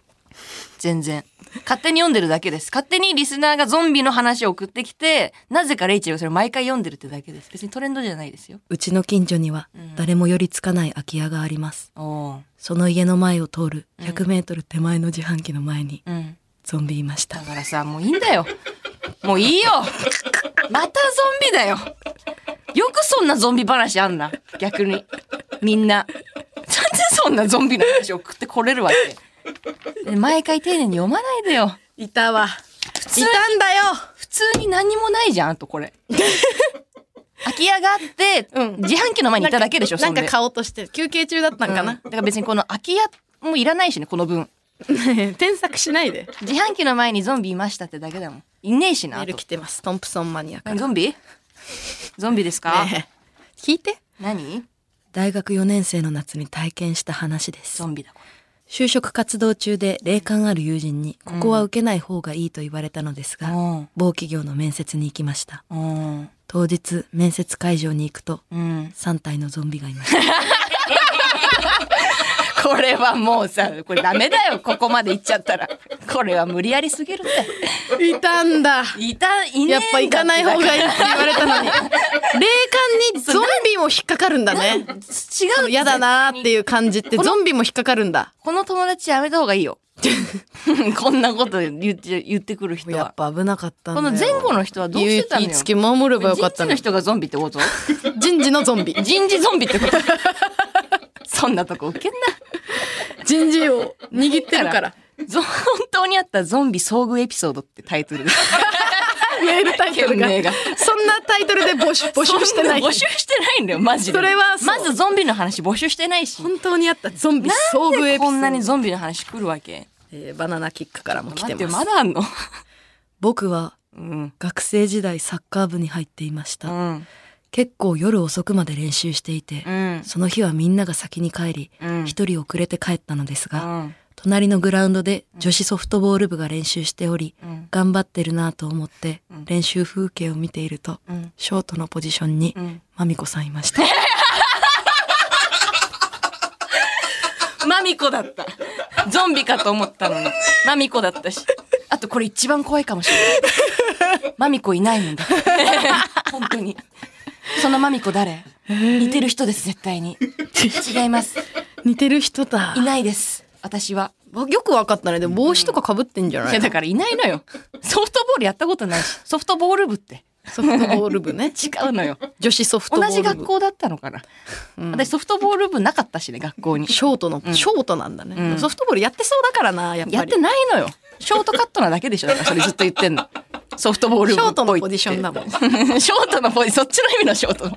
[SPEAKER 2] 全然。勝手に読んでるだけです。勝手にリスナーがゾンビの話を送ってきて、なぜかレイチェルがそれを毎回読んでるってだけです。別にトレンドじゃないですよ。
[SPEAKER 3] うちの近所には
[SPEAKER 2] うん
[SPEAKER 3] 誰も寄りつかない空き家があります。
[SPEAKER 2] お
[SPEAKER 3] その家の前を通る
[SPEAKER 2] うん
[SPEAKER 3] 100メートル手前の自販機の前に
[SPEAKER 2] うん。
[SPEAKER 3] ゾンビいました
[SPEAKER 2] だ。からさ、もういいんだよ。もういいよ。またゾンビだよ。よくそんなゾンビ話あんな。逆に。みんな。なんでそんなゾンビの話送ってこれるわけ。で毎回丁寧に読まないでよ。
[SPEAKER 3] いたわ。
[SPEAKER 2] 通
[SPEAKER 3] い
[SPEAKER 2] に
[SPEAKER 3] たんだよ。
[SPEAKER 2] 普通に何もないじゃん、あとこれ。空き家があって、
[SPEAKER 3] うん
[SPEAKER 2] 自販機の前にいただけでしょ、
[SPEAKER 3] な
[SPEAKER 2] そ
[SPEAKER 3] ん
[SPEAKER 2] んで
[SPEAKER 3] か買おうとして休憩中だったんか
[SPEAKER 2] うん
[SPEAKER 3] な。
[SPEAKER 2] だから別にこの空き家もいらないしね、この分。
[SPEAKER 3] 添削しないで。
[SPEAKER 2] 自販機の前にゾンビいましたってだけだもん。いねえし
[SPEAKER 3] メ
[SPEAKER 2] な、
[SPEAKER 3] ー
[SPEAKER 2] あ
[SPEAKER 3] ル
[SPEAKER 2] と
[SPEAKER 3] 来。てます。トンプソンマニアか。、
[SPEAKER 2] ゾンビゾンビですから
[SPEAKER 3] ねえ聞いて。
[SPEAKER 2] 何
[SPEAKER 3] 大学4年生の夏に体験した話です
[SPEAKER 2] ゾ。ンビだこ
[SPEAKER 3] 就職活動中で霊感ある友人にここは受けない方がいいと言われたのです
[SPEAKER 2] れ
[SPEAKER 3] が、某企業の面接に行きました。
[SPEAKER 2] うん
[SPEAKER 3] 当日面接会場に行くと
[SPEAKER 2] うん
[SPEAKER 3] 3体のゾンビがいました。
[SPEAKER 2] これはもうさこれダメだよここまで行っちゃったらこれは無理やりすぎるって
[SPEAKER 3] いたんだ。
[SPEAKER 2] いたいねえんだ
[SPEAKER 3] やっぱ行かない方がいいって言われたのに。霊感にゾンビも引っかかるんだね。
[SPEAKER 2] 違う
[SPEAKER 3] 嫌だなーっていう感じって
[SPEAKER 2] この
[SPEAKER 3] ゾンビも引っかかるんだ。
[SPEAKER 2] この友達やめた方がいいよ こんなこと言って言ってくる人
[SPEAKER 3] やっ
[SPEAKER 2] は
[SPEAKER 3] ぱ危なかったん
[SPEAKER 2] こ
[SPEAKER 3] だよ
[SPEAKER 2] の前後の人はどうしてたのよ
[SPEAKER 3] 勇気つき守ればよか
[SPEAKER 2] 人
[SPEAKER 3] った
[SPEAKER 2] 事
[SPEAKER 3] の
[SPEAKER 2] の
[SPEAKER 3] に
[SPEAKER 2] 人がゾンビってこと
[SPEAKER 3] 人事のゾンビ
[SPEAKER 2] 人事ゾンビ ってことそんなとこ受けんな
[SPEAKER 3] 人事を握ってるから
[SPEAKER 2] ゾン本当にあったゾンビ遭遇エピソードってタイトルです
[SPEAKER 3] メールタイトル が
[SPEAKER 2] 件名が
[SPEAKER 3] そんなタイトルで募集募集してない
[SPEAKER 2] 募集してないんだよ、マジで。
[SPEAKER 3] それはそう
[SPEAKER 2] まずゾンビの話募集してないし。
[SPEAKER 3] 本当にあったゾンビ遭
[SPEAKER 2] なん
[SPEAKER 3] 遇エピソー
[SPEAKER 2] で
[SPEAKER 3] ド
[SPEAKER 2] こんなにゾンビの話来るわけ
[SPEAKER 3] えーバナナキックからも来
[SPEAKER 2] 待
[SPEAKER 3] て
[SPEAKER 2] って、
[SPEAKER 3] ます
[SPEAKER 2] まだあんの
[SPEAKER 3] 僕は
[SPEAKER 2] うん。
[SPEAKER 3] 学生時代サッカー部に入っていました、
[SPEAKER 2] うん。
[SPEAKER 3] 結構夜遅くまで練習していて、
[SPEAKER 2] うん。
[SPEAKER 3] その日はみんなが先に帰り
[SPEAKER 2] うん
[SPEAKER 3] 一、人遅れて帰ったのです
[SPEAKER 2] う
[SPEAKER 3] が、
[SPEAKER 2] ん。
[SPEAKER 3] 隣のグラウンドで女子ソフトボール部が練習しており、
[SPEAKER 2] うん
[SPEAKER 3] 頑張ってるなぁと思って練習風景を見ていると、
[SPEAKER 2] うん
[SPEAKER 3] ショートのポジションに
[SPEAKER 2] うん
[SPEAKER 3] マミコさんいま した
[SPEAKER 2] マミコだった。ゾンビかと思ったのに。マミコだったし。あとこれ一番怖いかもしれない。マミコいないもんだ。本当に。そのマミコ誰似てる人です、絶対に。違います。
[SPEAKER 3] 似てる人だ
[SPEAKER 2] いないです。私は。
[SPEAKER 3] よくわかったねでも帽子とかかぶってんじゃ
[SPEAKER 2] いや、だからいないのよ。ソフトボールやったことないし。ソフトボール部って。
[SPEAKER 3] ソフトボール部ね
[SPEAKER 2] 違うのよ。
[SPEAKER 3] 女子ソフ
[SPEAKER 2] 同じ学校だったのかな。私ソフトボール部なかったしね、学校に。
[SPEAKER 3] ショートの、ショートなんだね、ソフトボールやってそうだからなやっぱり
[SPEAKER 2] やってないのよ。ショートカットなだけでしょ。だからそれずっと言ってんの。ソフトボール
[SPEAKER 3] シ
[SPEAKER 2] 部
[SPEAKER 3] ョ
[SPEAKER 2] っ
[SPEAKER 3] ート
[SPEAKER 2] ぽ
[SPEAKER 3] の
[SPEAKER 2] いって
[SPEAKER 3] ポジションだもん
[SPEAKER 2] ショートのポジ、そっちの意味のショート なの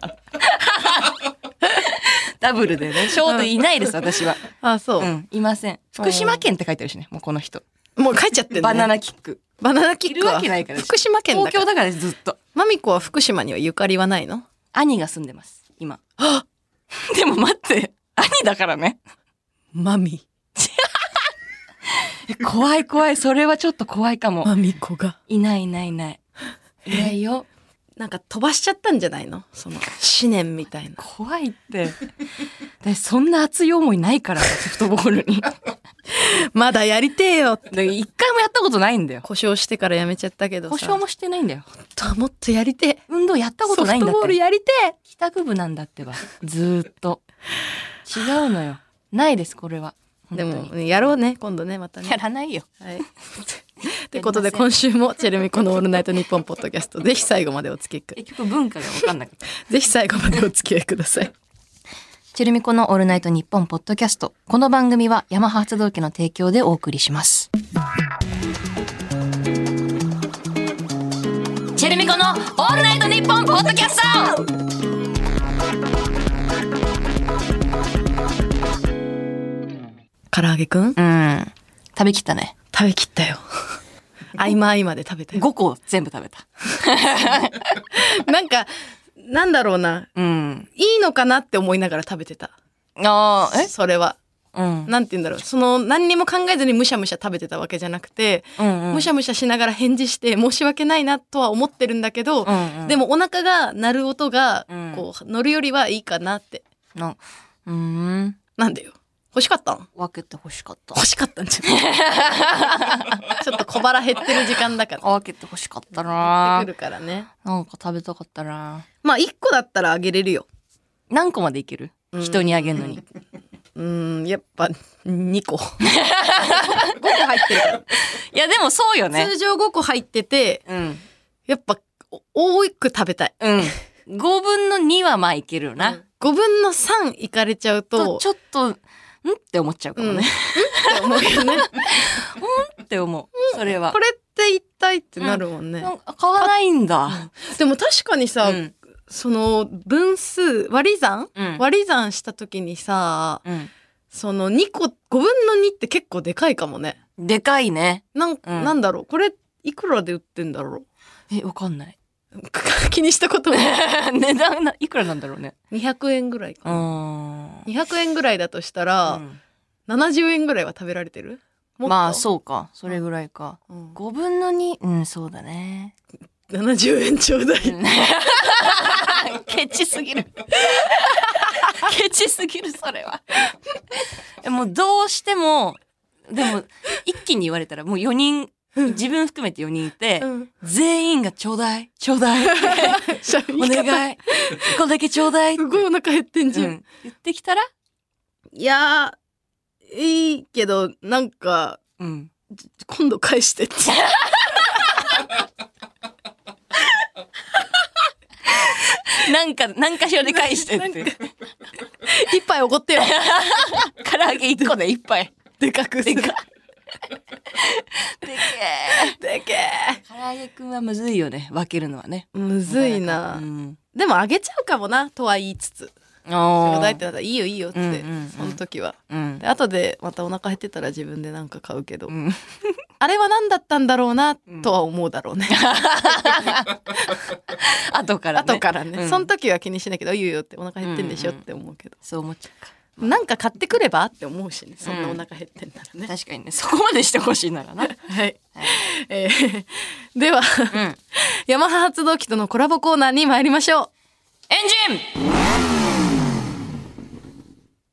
[SPEAKER 2] ダブルでね、ショートいないです、私は。
[SPEAKER 3] あそう
[SPEAKER 2] う、ん、いません。福島県って書いてあるしね、もうこの人。
[SPEAKER 3] もう帰っちゃってんね
[SPEAKER 2] バナナキック。
[SPEAKER 3] バナナキ
[SPEAKER 2] い
[SPEAKER 3] ッ
[SPEAKER 2] る
[SPEAKER 3] クは
[SPEAKER 2] わけないから。
[SPEAKER 3] 福島県だ
[SPEAKER 2] 東
[SPEAKER 3] か
[SPEAKER 2] 京
[SPEAKER 3] ら
[SPEAKER 2] だからですずっと。
[SPEAKER 3] マミコは福島にはゆかりはないの
[SPEAKER 2] 兄が住んでます、今。 でも待って、兄だからね。
[SPEAKER 3] マミ
[SPEAKER 2] え怖い怖い、それはちょっと怖いかも。
[SPEAKER 3] ミコが
[SPEAKER 2] いないいないいない。いないよ。
[SPEAKER 3] なんか飛ばしちゃったんじゃないのその思念みたいな
[SPEAKER 2] 怖いって。私そんな熱い思いないから、ソフトボー ルに。だか
[SPEAKER 3] まだやりてえよって
[SPEAKER 2] ら一回もやったことないんだよ。
[SPEAKER 3] 故障してからやめちゃったけどさ
[SPEAKER 2] 故障もしてないんだよ。
[SPEAKER 3] ももっとやりてえ
[SPEAKER 2] 運動やったことないんだ
[SPEAKER 3] ソフトボ
[SPEAKER 2] っ
[SPEAKER 3] ール
[SPEAKER 2] て。
[SPEAKER 3] やりてえ
[SPEAKER 2] 帰宅部なんだってば。ずーっと。違うのよ。ないです、これは。
[SPEAKER 3] で
[SPEAKER 2] 本当
[SPEAKER 3] も
[SPEAKER 2] に
[SPEAKER 3] やろうね今度ねまた
[SPEAKER 2] や
[SPEAKER 3] ね
[SPEAKER 2] らないよ。
[SPEAKER 3] はいということで今週も「チェルミコのオールナイトニッポン」ポッドキャストぜひ最後までお付き合いく
[SPEAKER 2] 結局文化が分かんなかった。
[SPEAKER 3] ぜひ最後までお付き合いください
[SPEAKER 2] チェルミコのオールナイトニッポンポッドキャスト。この番組はヤマハ発動機の提供でお送りします。チェルミコのオールナイトニッポンポッドキャスト
[SPEAKER 3] 唐揚げくん
[SPEAKER 2] うん。食べきったね。
[SPEAKER 3] 食べきったよ合間合間で食べたよ
[SPEAKER 2] 5個全部食べた。
[SPEAKER 3] なんかなんだろうな
[SPEAKER 2] うん。
[SPEAKER 3] いいのかなって思いながら食べてた
[SPEAKER 2] ああ、え
[SPEAKER 3] それは
[SPEAKER 2] うん。
[SPEAKER 3] なんて言うんだろうその何にも考えずにむしゃむしゃ食べてたわけじゃなくて、
[SPEAKER 2] うんうん
[SPEAKER 3] むしゃむしゃしながら返事して申し訳ないなとは思ってるんだけど、
[SPEAKER 2] うんうん
[SPEAKER 3] でもお腹が鳴る音が
[SPEAKER 2] うん
[SPEAKER 3] こう乗るよりはいいかなって
[SPEAKER 2] な、うーん。
[SPEAKER 3] なんでよ欲しかったの
[SPEAKER 2] 分けて欲しか った。
[SPEAKER 3] 欲しかったんじゃない ちょっと小腹減ってる時間だから
[SPEAKER 2] 分けて欲しかったな
[SPEAKER 3] 来るからね
[SPEAKER 2] なんか食べたかったな
[SPEAKER 3] まあ1個だったらあげれるよ
[SPEAKER 2] 何個までいける人にあげるのに。
[SPEAKER 3] うーんやっぱ2個5 個入ってるか
[SPEAKER 2] いや、でもそうよ
[SPEAKER 3] ら
[SPEAKER 2] ね。
[SPEAKER 3] 通常5個入ってて
[SPEAKER 2] うん。
[SPEAKER 3] やっぱお多く食べたい
[SPEAKER 2] うん。5分の2はまあいけるよな。
[SPEAKER 3] 5分の3いかれちゃうと、
[SPEAKER 2] とちょっと、んって思っちゃうかも
[SPEAKER 3] うん、
[SPEAKER 2] ね。
[SPEAKER 3] って思うよ ね。
[SPEAKER 2] って思う。それは
[SPEAKER 3] こ。れって一体ってなるもんね。
[SPEAKER 2] なんか買わないんだ。
[SPEAKER 3] でも確かに
[SPEAKER 2] う
[SPEAKER 3] さ、
[SPEAKER 2] ん。
[SPEAKER 3] その分数割り算、
[SPEAKER 2] うん
[SPEAKER 3] 割り算した時にさ、
[SPEAKER 2] うん。
[SPEAKER 3] その2個5分の2って結構でかいかもね。
[SPEAKER 2] でかいね。
[SPEAKER 3] なん,、
[SPEAKER 2] うん
[SPEAKER 3] なんだろうこれいくらで売ってんだろ
[SPEAKER 2] え、わかんない。
[SPEAKER 3] う 気にしたことない。
[SPEAKER 2] 値段な、いくらなんだろうね。
[SPEAKER 3] 200円ぐらいか
[SPEAKER 2] う
[SPEAKER 3] な。
[SPEAKER 2] ーん。
[SPEAKER 3] 200円ぐらいだとしたら、70円ぐらいは食べられてるもっと
[SPEAKER 2] まあそうかそれぐらいか、
[SPEAKER 3] うん
[SPEAKER 2] 5分の2うんそうだね
[SPEAKER 3] 70円ちょうだい。
[SPEAKER 2] ケチすぎるケチすぎるそれはえもうどうしてもでも一気に言われたらもう4人自分含めて4人いて、
[SPEAKER 3] うん
[SPEAKER 2] 全員が「ちょうだいちょうだ い
[SPEAKER 3] 言い
[SPEAKER 2] お
[SPEAKER 3] 方
[SPEAKER 2] 願いこ個だけちょうだい」
[SPEAKER 3] すごいお腹減ってんじゃん
[SPEAKER 2] うん言ってきたら
[SPEAKER 3] いやー、いいけど、なんか、
[SPEAKER 2] うん
[SPEAKER 3] 今度返して って。
[SPEAKER 2] なんか何かしらで返してっ
[SPEAKER 3] なん
[SPEAKER 2] て
[SPEAKER 3] か一 杯おごってよ。
[SPEAKER 2] 唐揚げ1個で1杯
[SPEAKER 3] でかくす
[SPEAKER 2] で
[SPEAKER 3] る
[SPEAKER 2] かでけ
[SPEAKER 3] でけ
[SPEAKER 2] え。唐揚げくんはむずいよね。分けるのはね。
[SPEAKER 3] えむずいな、
[SPEAKER 2] うん。
[SPEAKER 3] でもあげちゃうかもなとは言いつつ「
[SPEAKER 2] お
[SPEAKER 3] 頂
[SPEAKER 2] ー
[SPEAKER 3] いってなったら「いいよいいよ」っつって、
[SPEAKER 2] うんうんうん
[SPEAKER 3] その時は
[SPEAKER 2] うん
[SPEAKER 3] で。後でまたお腹減ってたら自分でなんか買うけど、
[SPEAKER 2] うん。
[SPEAKER 3] あれは何だったんだろうなとは思うだろうね、
[SPEAKER 2] 後か らね。
[SPEAKER 3] 後からね、
[SPEAKER 2] うん
[SPEAKER 3] その時は気にしないけど「いいよいいよ」ってお腹減ってんでしょって思うけど、
[SPEAKER 2] そう思っちゃうか。
[SPEAKER 3] なんか買ってくればって思うしねそんなお腹減ってんならね、
[SPEAKER 2] 確かにね。そこまでしてほしいならな。うん。
[SPEAKER 3] はい、えー では、 ヤマハ発動機とのコラボコーナーに参りましょう
[SPEAKER 2] エンジン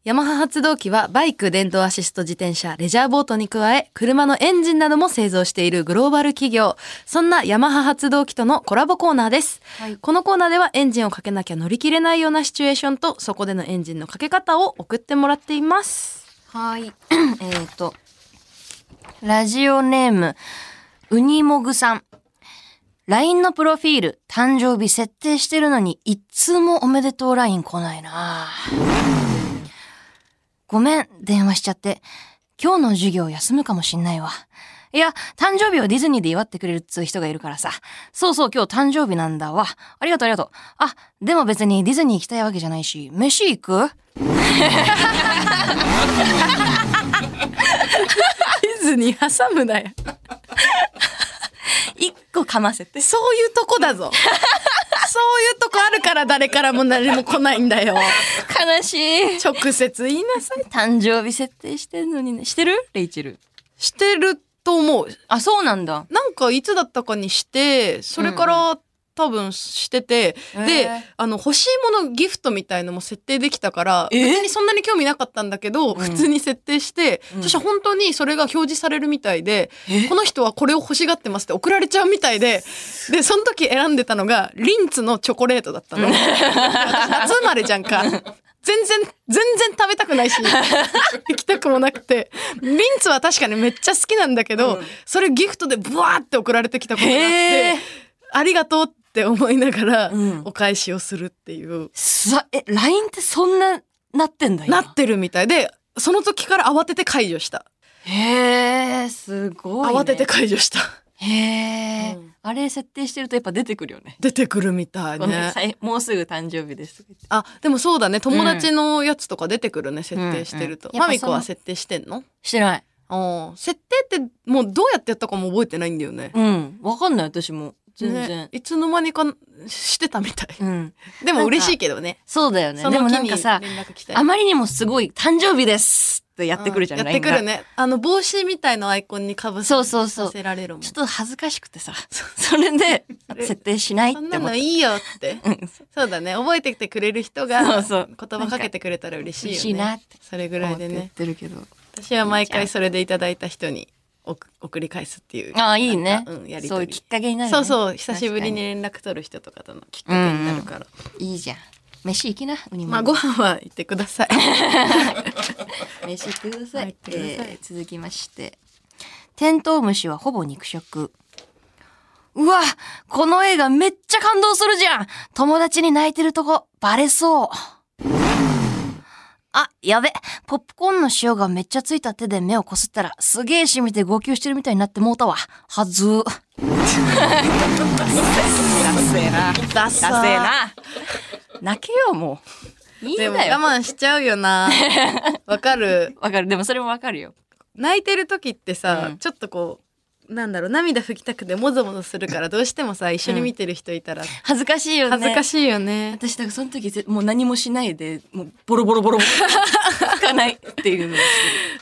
[SPEAKER 3] ヤマハ発動機はバイク、電動アシスト自転車、レジャーボートに加え、車のエンジンなども製造しているグローバル企業。そんなヤマハ発動機とのコラボコーナーです。
[SPEAKER 2] はい
[SPEAKER 3] このコーナーではエンジンをかけなきゃ乗り切れないようなシチュエーションと、そこでのエンジンのかけ方を送ってもらっています。
[SPEAKER 2] はい。 えっと。ラジオネーム、ウニモグさん。LINE のプロフィール、誕生日設定してるのに、一通もおめでとう LINE 来ないなごめん、電話しちゃって。今日の授業休むかもしんないわ。いや、誕生日をディズニーで祝ってくれるっつう人がいるからさ。そうそう、今日誕生日なんだわ。ありがとう、ありがとう。あ、でも別にディズニー行きたいわけじゃないし、飯行く
[SPEAKER 3] ディズニー挟むなよ。
[SPEAKER 2] 一個かませて。
[SPEAKER 3] そういうとこだ ぞ。そういうとこあるから誰からも何も来ないんだよ。
[SPEAKER 2] 悲しい。
[SPEAKER 3] 直接言いなさい。
[SPEAKER 2] 誕生日設定してんのにね。してるレイチェル。
[SPEAKER 3] してると思う。
[SPEAKER 2] あ、そうなんだ。
[SPEAKER 3] なんかいつだったかにしてそれから、多分してて、
[SPEAKER 2] へー
[SPEAKER 3] であの欲しいものギフトみたいのも設定できたから、
[SPEAKER 2] えー
[SPEAKER 3] 別にそんなに興味なかったんだけど、普通に設定して、
[SPEAKER 2] うん
[SPEAKER 3] そしたら本当にそれが表示されるみたいで、
[SPEAKER 2] え
[SPEAKER 3] この人はこれを欲しがってますって送られちゃうみたいででその時選んでたのがリンツのチョコレートだったの夏生まれじゃんか全然全然食べたくない し行きたくもなくてリンツは確かにめっちゃ好きなんだけど、それギフトでブワーって送られてきたことがあっ
[SPEAKER 2] へ
[SPEAKER 3] て
[SPEAKER 2] ー
[SPEAKER 3] ありがとうって思いながら
[SPEAKER 2] うん
[SPEAKER 3] お返しをするっていう、
[SPEAKER 2] さ、え、LINE ってそんな、なってんだよ。
[SPEAKER 3] なってるみたいでその時から慌てて解除した、
[SPEAKER 2] へー、すごい、ね。
[SPEAKER 3] 慌てて解除した
[SPEAKER 2] へー、
[SPEAKER 3] うん
[SPEAKER 2] あれ設定してるとやっぱ出てくるよね。
[SPEAKER 3] 出てくるみたい
[SPEAKER 2] ごめん
[SPEAKER 3] ね
[SPEAKER 2] なさい。もうすぐ誕生日です。
[SPEAKER 3] あでもそうだね友達のやつとか出てくるね、設定してると、
[SPEAKER 2] うんうん
[SPEAKER 3] マミコは設定してんの
[SPEAKER 2] してない。
[SPEAKER 3] あー設定ってもうどうやってやったかも覚えてないんだよね、
[SPEAKER 2] うん。わかんない、私も。全然。
[SPEAKER 3] ねいつの間にかしてたみ たい
[SPEAKER 2] うん。
[SPEAKER 3] で
[SPEAKER 2] なん
[SPEAKER 3] も
[SPEAKER 2] か
[SPEAKER 3] 嬉しいけどね
[SPEAKER 2] そうだよね。
[SPEAKER 3] そ
[SPEAKER 2] で
[SPEAKER 3] の
[SPEAKER 2] も
[SPEAKER 3] 日
[SPEAKER 2] な
[SPEAKER 3] に
[SPEAKER 2] ん
[SPEAKER 3] 連
[SPEAKER 2] かさ、
[SPEAKER 3] 絡来たり
[SPEAKER 2] あまりにもすごい、誕生日ですってやってくるじゃん、
[SPEAKER 3] うんやってくる
[SPEAKER 2] LINE が。
[SPEAKER 3] ねあの帽子みたいなアイコンにかぶせ
[SPEAKER 2] そうそうそう
[SPEAKER 3] させられるもん
[SPEAKER 2] ちょっと恥ずかしくてさ、それで、設定しないっ
[SPEAKER 3] そん
[SPEAKER 2] て
[SPEAKER 3] な
[SPEAKER 2] 思っ
[SPEAKER 3] の
[SPEAKER 2] て。
[SPEAKER 3] いいよって
[SPEAKER 2] うん
[SPEAKER 3] そうだね覚えててくれる人が
[SPEAKER 2] そうそう
[SPEAKER 3] 言葉かけてくれたら嬉しいよね
[SPEAKER 2] 嬉しいなって
[SPEAKER 3] それぐらいで
[SPEAKER 2] 思ってやっ
[SPEAKER 3] ね
[SPEAKER 2] てるけど。
[SPEAKER 3] 私は毎回それでいただいた人に送送り返すっていう
[SPEAKER 2] ああ、いい
[SPEAKER 3] な
[SPEAKER 2] ね
[SPEAKER 3] んかうん、や。り
[SPEAKER 2] そう
[SPEAKER 3] と
[SPEAKER 2] いう
[SPEAKER 3] り
[SPEAKER 2] きっかけになる、ね。
[SPEAKER 3] そうそう久しぶりに
[SPEAKER 2] 確
[SPEAKER 3] 連絡取る人とかとのきっかけになるから、
[SPEAKER 2] かに。いいじゃん。飯行きな、ウニも。
[SPEAKER 3] まあご飯は行ってくださ い
[SPEAKER 2] 飯行ってくださ
[SPEAKER 3] はい
[SPEAKER 2] い。
[SPEAKER 3] 行ってください
[SPEAKER 2] えー続きまして。テントウムシはほぼ肉食。うわこの映画めっちゃ感動するじゃん友達に泣いてるとこ、バレそう。あ、やべ。ポップコーンの塩がめっちゃついた手で目をこすったら、すげえ染みて号泣してるみたいになってもうたわ。はずー。
[SPEAKER 3] ダ
[SPEAKER 2] ダセえな。泣けよ、もう。いいん
[SPEAKER 3] でも
[SPEAKER 2] だよ。
[SPEAKER 3] 我慢しちゃうよ なわかる
[SPEAKER 2] わかる。でもそれもわかるよ。
[SPEAKER 3] 泣いてる時ってさ、
[SPEAKER 2] うん
[SPEAKER 3] ちょっとこうなんだろう涙拭きたくてもぞもぞするからどうしてもさ一緒に見てる人いたら
[SPEAKER 2] 恥ずかしいよね。
[SPEAKER 3] 恥ずか
[SPEAKER 2] しい。
[SPEAKER 3] しいよね
[SPEAKER 2] 私、だからその時、ぜもう何もしないで、もうボロボロボロボロ。 吹かないっていうのをして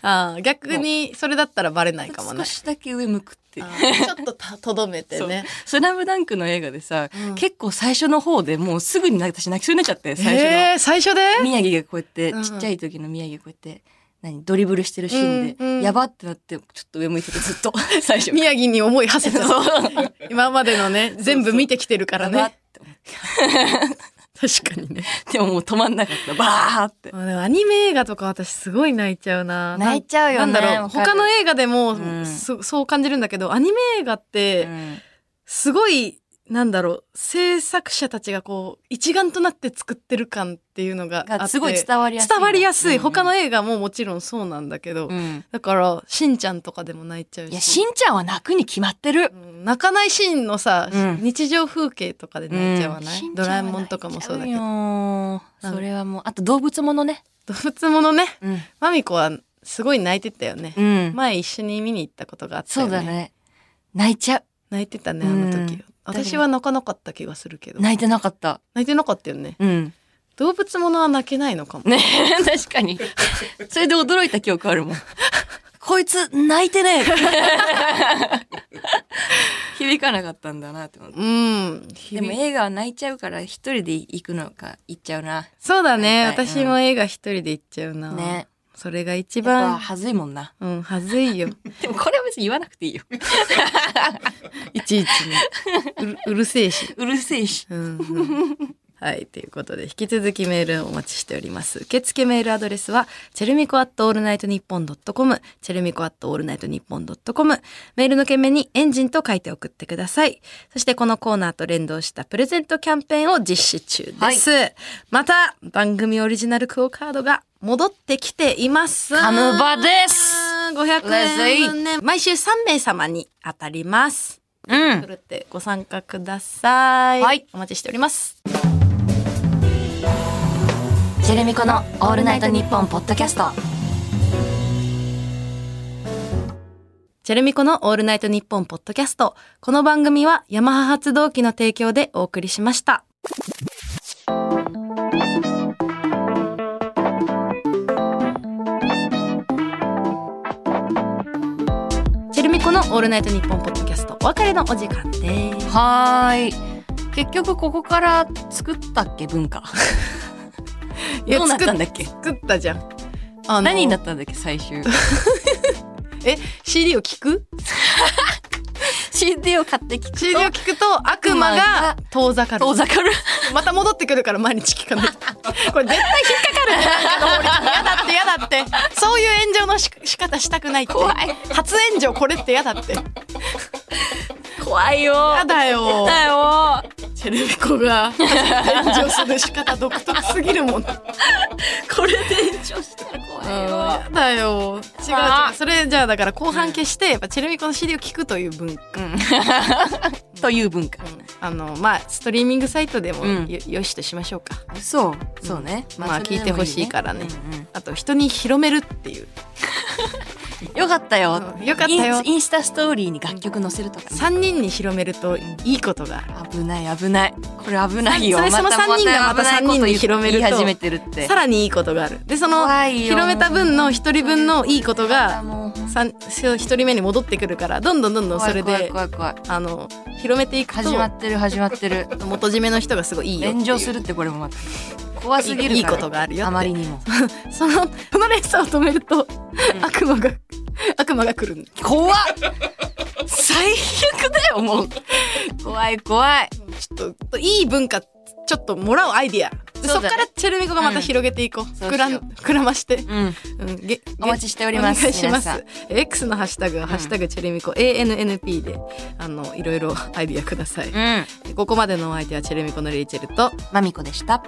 [SPEAKER 3] ああ逆にそれだったらバレない
[SPEAKER 2] る
[SPEAKER 3] かも
[SPEAKER 2] 少
[SPEAKER 3] ね
[SPEAKER 2] しだけ上向くっていう
[SPEAKER 3] あ。ーちょっとたとどめて
[SPEAKER 2] そう
[SPEAKER 3] ね。
[SPEAKER 2] スラムダンクの映画でさ、
[SPEAKER 3] うん
[SPEAKER 2] 結構最初の方でもうすぐに私泣きそうになっちゃって、 最初の。
[SPEAKER 3] えー、最初で
[SPEAKER 2] 宮城がこうやって、
[SPEAKER 3] うん
[SPEAKER 2] ちっちゃい時の宮城がこうやって、何ドリブルしてるシーンで、
[SPEAKER 3] うんうん
[SPEAKER 2] やばってなって、ちょっと上向いててずっと、 最初
[SPEAKER 3] 宮城に思い馳せた
[SPEAKER 2] そう
[SPEAKER 3] 今までのね全部見てきてるから
[SPEAKER 2] やばっ
[SPEAKER 3] ね
[SPEAKER 2] て思って
[SPEAKER 3] 確かにね
[SPEAKER 2] でももう止まんなかった。バーって。
[SPEAKER 3] まあでもアニメ映画とか私すごい泣いちゃうな
[SPEAKER 2] 泣いちゃうよね
[SPEAKER 3] なんだろう
[SPEAKER 2] わかる
[SPEAKER 3] 他の映画でも、
[SPEAKER 2] うん
[SPEAKER 3] そそう感じるんだけどアニメ映画って
[SPEAKER 2] ん、
[SPEAKER 3] すごいなんだろう制作者たちがこう一丸となって作ってる感っていうのがあって
[SPEAKER 2] がすごい伝わりやすいな。
[SPEAKER 3] 伝わりやすい、
[SPEAKER 2] うん
[SPEAKER 3] 他の映画ももちろんそうなんだけど、
[SPEAKER 2] うん。
[SPEAKER 3] だからしんちゃんとかでも泣いちゃうし
[SPEAKER 2] いや、しんちゃんは泣くに決まってる
[SPEAKER 3] う。ん泣かないシーンのさ、
[SPEAKER 2] うん
[SPEAKER 3] 日常風景とかで泣いちゃわない、
[SPEAKER 2] うん
[SPEAKER 3] ドラえもんとかもそうだけど
[SPEAKER 2] どそれはもう、あと動物ものね。
[SPEAKER 3] 動物ものね
[SPEAKER 2] うん。
[SPEAKER 3] まみこはすごい泣いてたよね、
[SPEAKER 2] うん。
[SPEAKER 3] 前一緒に見に行ったことがあった
[SPEAKER 2] そ
[SPEAKER 3] よ
[SPEAKER 2] う
[SPEAKER 3] ね
[SPEAKER 2] だね。泣いちゃう。
[SPEAKER 3] 泣いてたねあの時、
[SPEAKER 2] うん
[SPEAKER 3] 私は泣かなかった気がするけど泣
[SPEAKER 2] 泣いてなかった。
[SPEAKER 3] いてなかったよね
[SPEAKER 2] うん。
[SPEAKER 3] 動物ものは泣けないのかも
[SPEAKER 2] ね 確かに。それで驚いた記憶あるもん。こいつ、泣いてねえ。 響かなかったんだなって思って。
[SPEAKER 3] うん
[SPEAKER 2] でも映画は泣いちゃうから一人で行くのか行っちゃうな。
[SPEAKER 3] そうだね
[SPEAKER 2] 泣いたい
[SPEAKER 3] 私も映画一人で行っちゃうな、
[SPEAKER 2] ね。
[SPEAKER 3] それが一
[SPEAKER 2] やっぱ
[SPEAKER 3] 番
[SPEAKER 2] はずいもんな。
[SPEAKER 3] うんはず いよ
[SPEAKER 2] でもこれは別に言わなくていいよ。
[SPEAKER 3] いちいちねうるうるせえし
[SPEAKER 2] うるせえし。
[SPEAKER 3] うんうんはい。ということで、引き続きメールをお待ちしております。受付メールアドレスは、チェルミコアットオールナイトニッポンドットコム、チェルミコアットオールナイトニッポンドットコム、メールの件名にエンジンと書いて送ってください。そして、このコーナーと連動したプレゼントキャンペーンを実施中です。また、番組オリジナルクオカードが戻ってきています。
[SPEAKER 2] カムバです。
[SPEAKER 3] 500円分ね、毎週3名様に当たります。
[SPEAKER 2] うん
[SPEAKER 3] ふ。るってご参加ください。
[SPEAKER 2] はい
[SPEAKER 3] お待ちしております。
[SPEAKER 2] ジェレミコのオールナイトニッポンポッドキャスト。
[SPEAKER 3] ジェルミコのオールナイトニッポンポッドキャスト。この番組はヤマハ発動機の提供でお送りしました。ジェルミコのオールナイトニッポンポッドキャストお別れのお時間です。
[SPEAKER 2] はーい。結局ここから作ったっけ 文化。どうなったんだっけ
[SPEAKER 3] 作ったじゃん。あの
[SPEAKER 2] 何になったんだっけ最終。
[SPEAKER 3] え CD を聞く
[SPEAKER 2] CD を買って聞 く
[SPEAKER 3] CD を聞くと悪魔が遠ざかる
[SPEAKER 2] と遠ざかる。
[SPEAKER 3] また戻ってくるから毎日聞かないと これ絶対引っかかるなんかの法律嫌だって嫌だってそういう炎上のし仕方したくないって
[SPEAKER 2] 怖い
[SPEAKER 3] 初炎上これって嫌だって
[SPEAKER 2] 怖いよ。
[SPEAKER 3] 嫌だよ
[SPEAKER 2] だよ。
[SPEAKER 3] テレビ子 が炎上する仕方独特すぎるもんうん
[SPEAKER 2] これで延長したら怖いよ。
[SPEAKER 3] 嫌だよ違う
[SPEAKER 2] あ
[SPEAKER 3] 違うそれじゃあだから後半消してやっぱチェルミコの CD を聞くという文化、
[SPEAKER 2] うん、という文化。
[SPEAKER 3] あのまあストリーミングサイトでも
[SPEAKER 2] うん
[SPEAKER 3] よ,、よしとしましょうか
[SPEAKER 2] そう、そうね。
[SPEAKER 3] まあ聞いてほしいからね
[SPEAKER 2] それでもいいね
[SPEAKER 3] あと人に広めるっていう
[SPEAKER 2] うんうんよかったよ。
[SPEAKER 3] うんよかったよ
[SPEAKER 2] インインスタストーリーに楽曲載せるとかね、
[SPEAKER 3] 3人に広めるといいことがある
[SPEAKER 2] 危ない危ない。これ危ないよ。
[SPEAKER 3] それその
[SPEAKER 2] た
[SPEAKER 3] 三人がまた
[SPEAKER 2] 危ないこと
[SPEAKER 3] 三人に広めると
[SPEAKER 2] 言い始めてるって。
[SPEAKER 3] さらにいいことがあるでその
[SPEAKER 2] 怖いよ
[SPEAKER 3] 広めた分の一人分のいいことが
[SPEAKER 2] もう
[SPEAKER 3] さんそう一人目に戻ってくるからどんどんどんどんそれ
[SPEAKER 2] 怖い
[SPEAKER 3] で
[SPEAKER 2] 怖い怖い怖い。
[SPEAKER 3] あの広めていく
[SPEAKER 2] 始ま
[SPEAKER 3] と
[SPEAKER 2] ってる始まってる。
[SPEAKER 3] 元締めの人がすごいいいよっていう
[SPEAKER 2] 炎上するってこれもまた。怖すぎるから
[SPEAKER 3] いいことがあるよって
[SPEAKER 2] あまりにも。
[SPEAKER 3] そのその連鎖を止めると、悪魔が悪魔が来るんだ
[SPEAKER 2] 怖っ 最悪だよ、もう。怖い怖い。
[SPEAKER 3] ちょっといい文化ちょっともらおうアイディアでそ
[SPEAKER 2] そ
[SPEAKER 3] っ
[SPEAKER 2] うだね
[SPEAKER 3] からチェルミコがまた広げていこう、
[SPEAKER 2] そう
[SPEAKER 3] 膨
[SPEAKER 2] し
[SPEAKER 3] ら
[SPEAKER 2] ようん
[SPEAKER 3] 膨らまして
[SPEAKER 2] うん。
[SPEAKER 3] うん、げ
[SPEAKER 2] お待ちしております
[SPEAKER 3] お願いしま
[SPEAKER 2] 皆さ
[SPEAKER 3] す。X のハッシュタグは、ハッシュタグチェルミコ ANNP で、あの、いろいろアイディアください。
[SPEAKER 2] うん。
[SPEAKER 3] ここまでのお相手はチェルミコのレイチェルと、
[SPEAKER 2] まみこでした。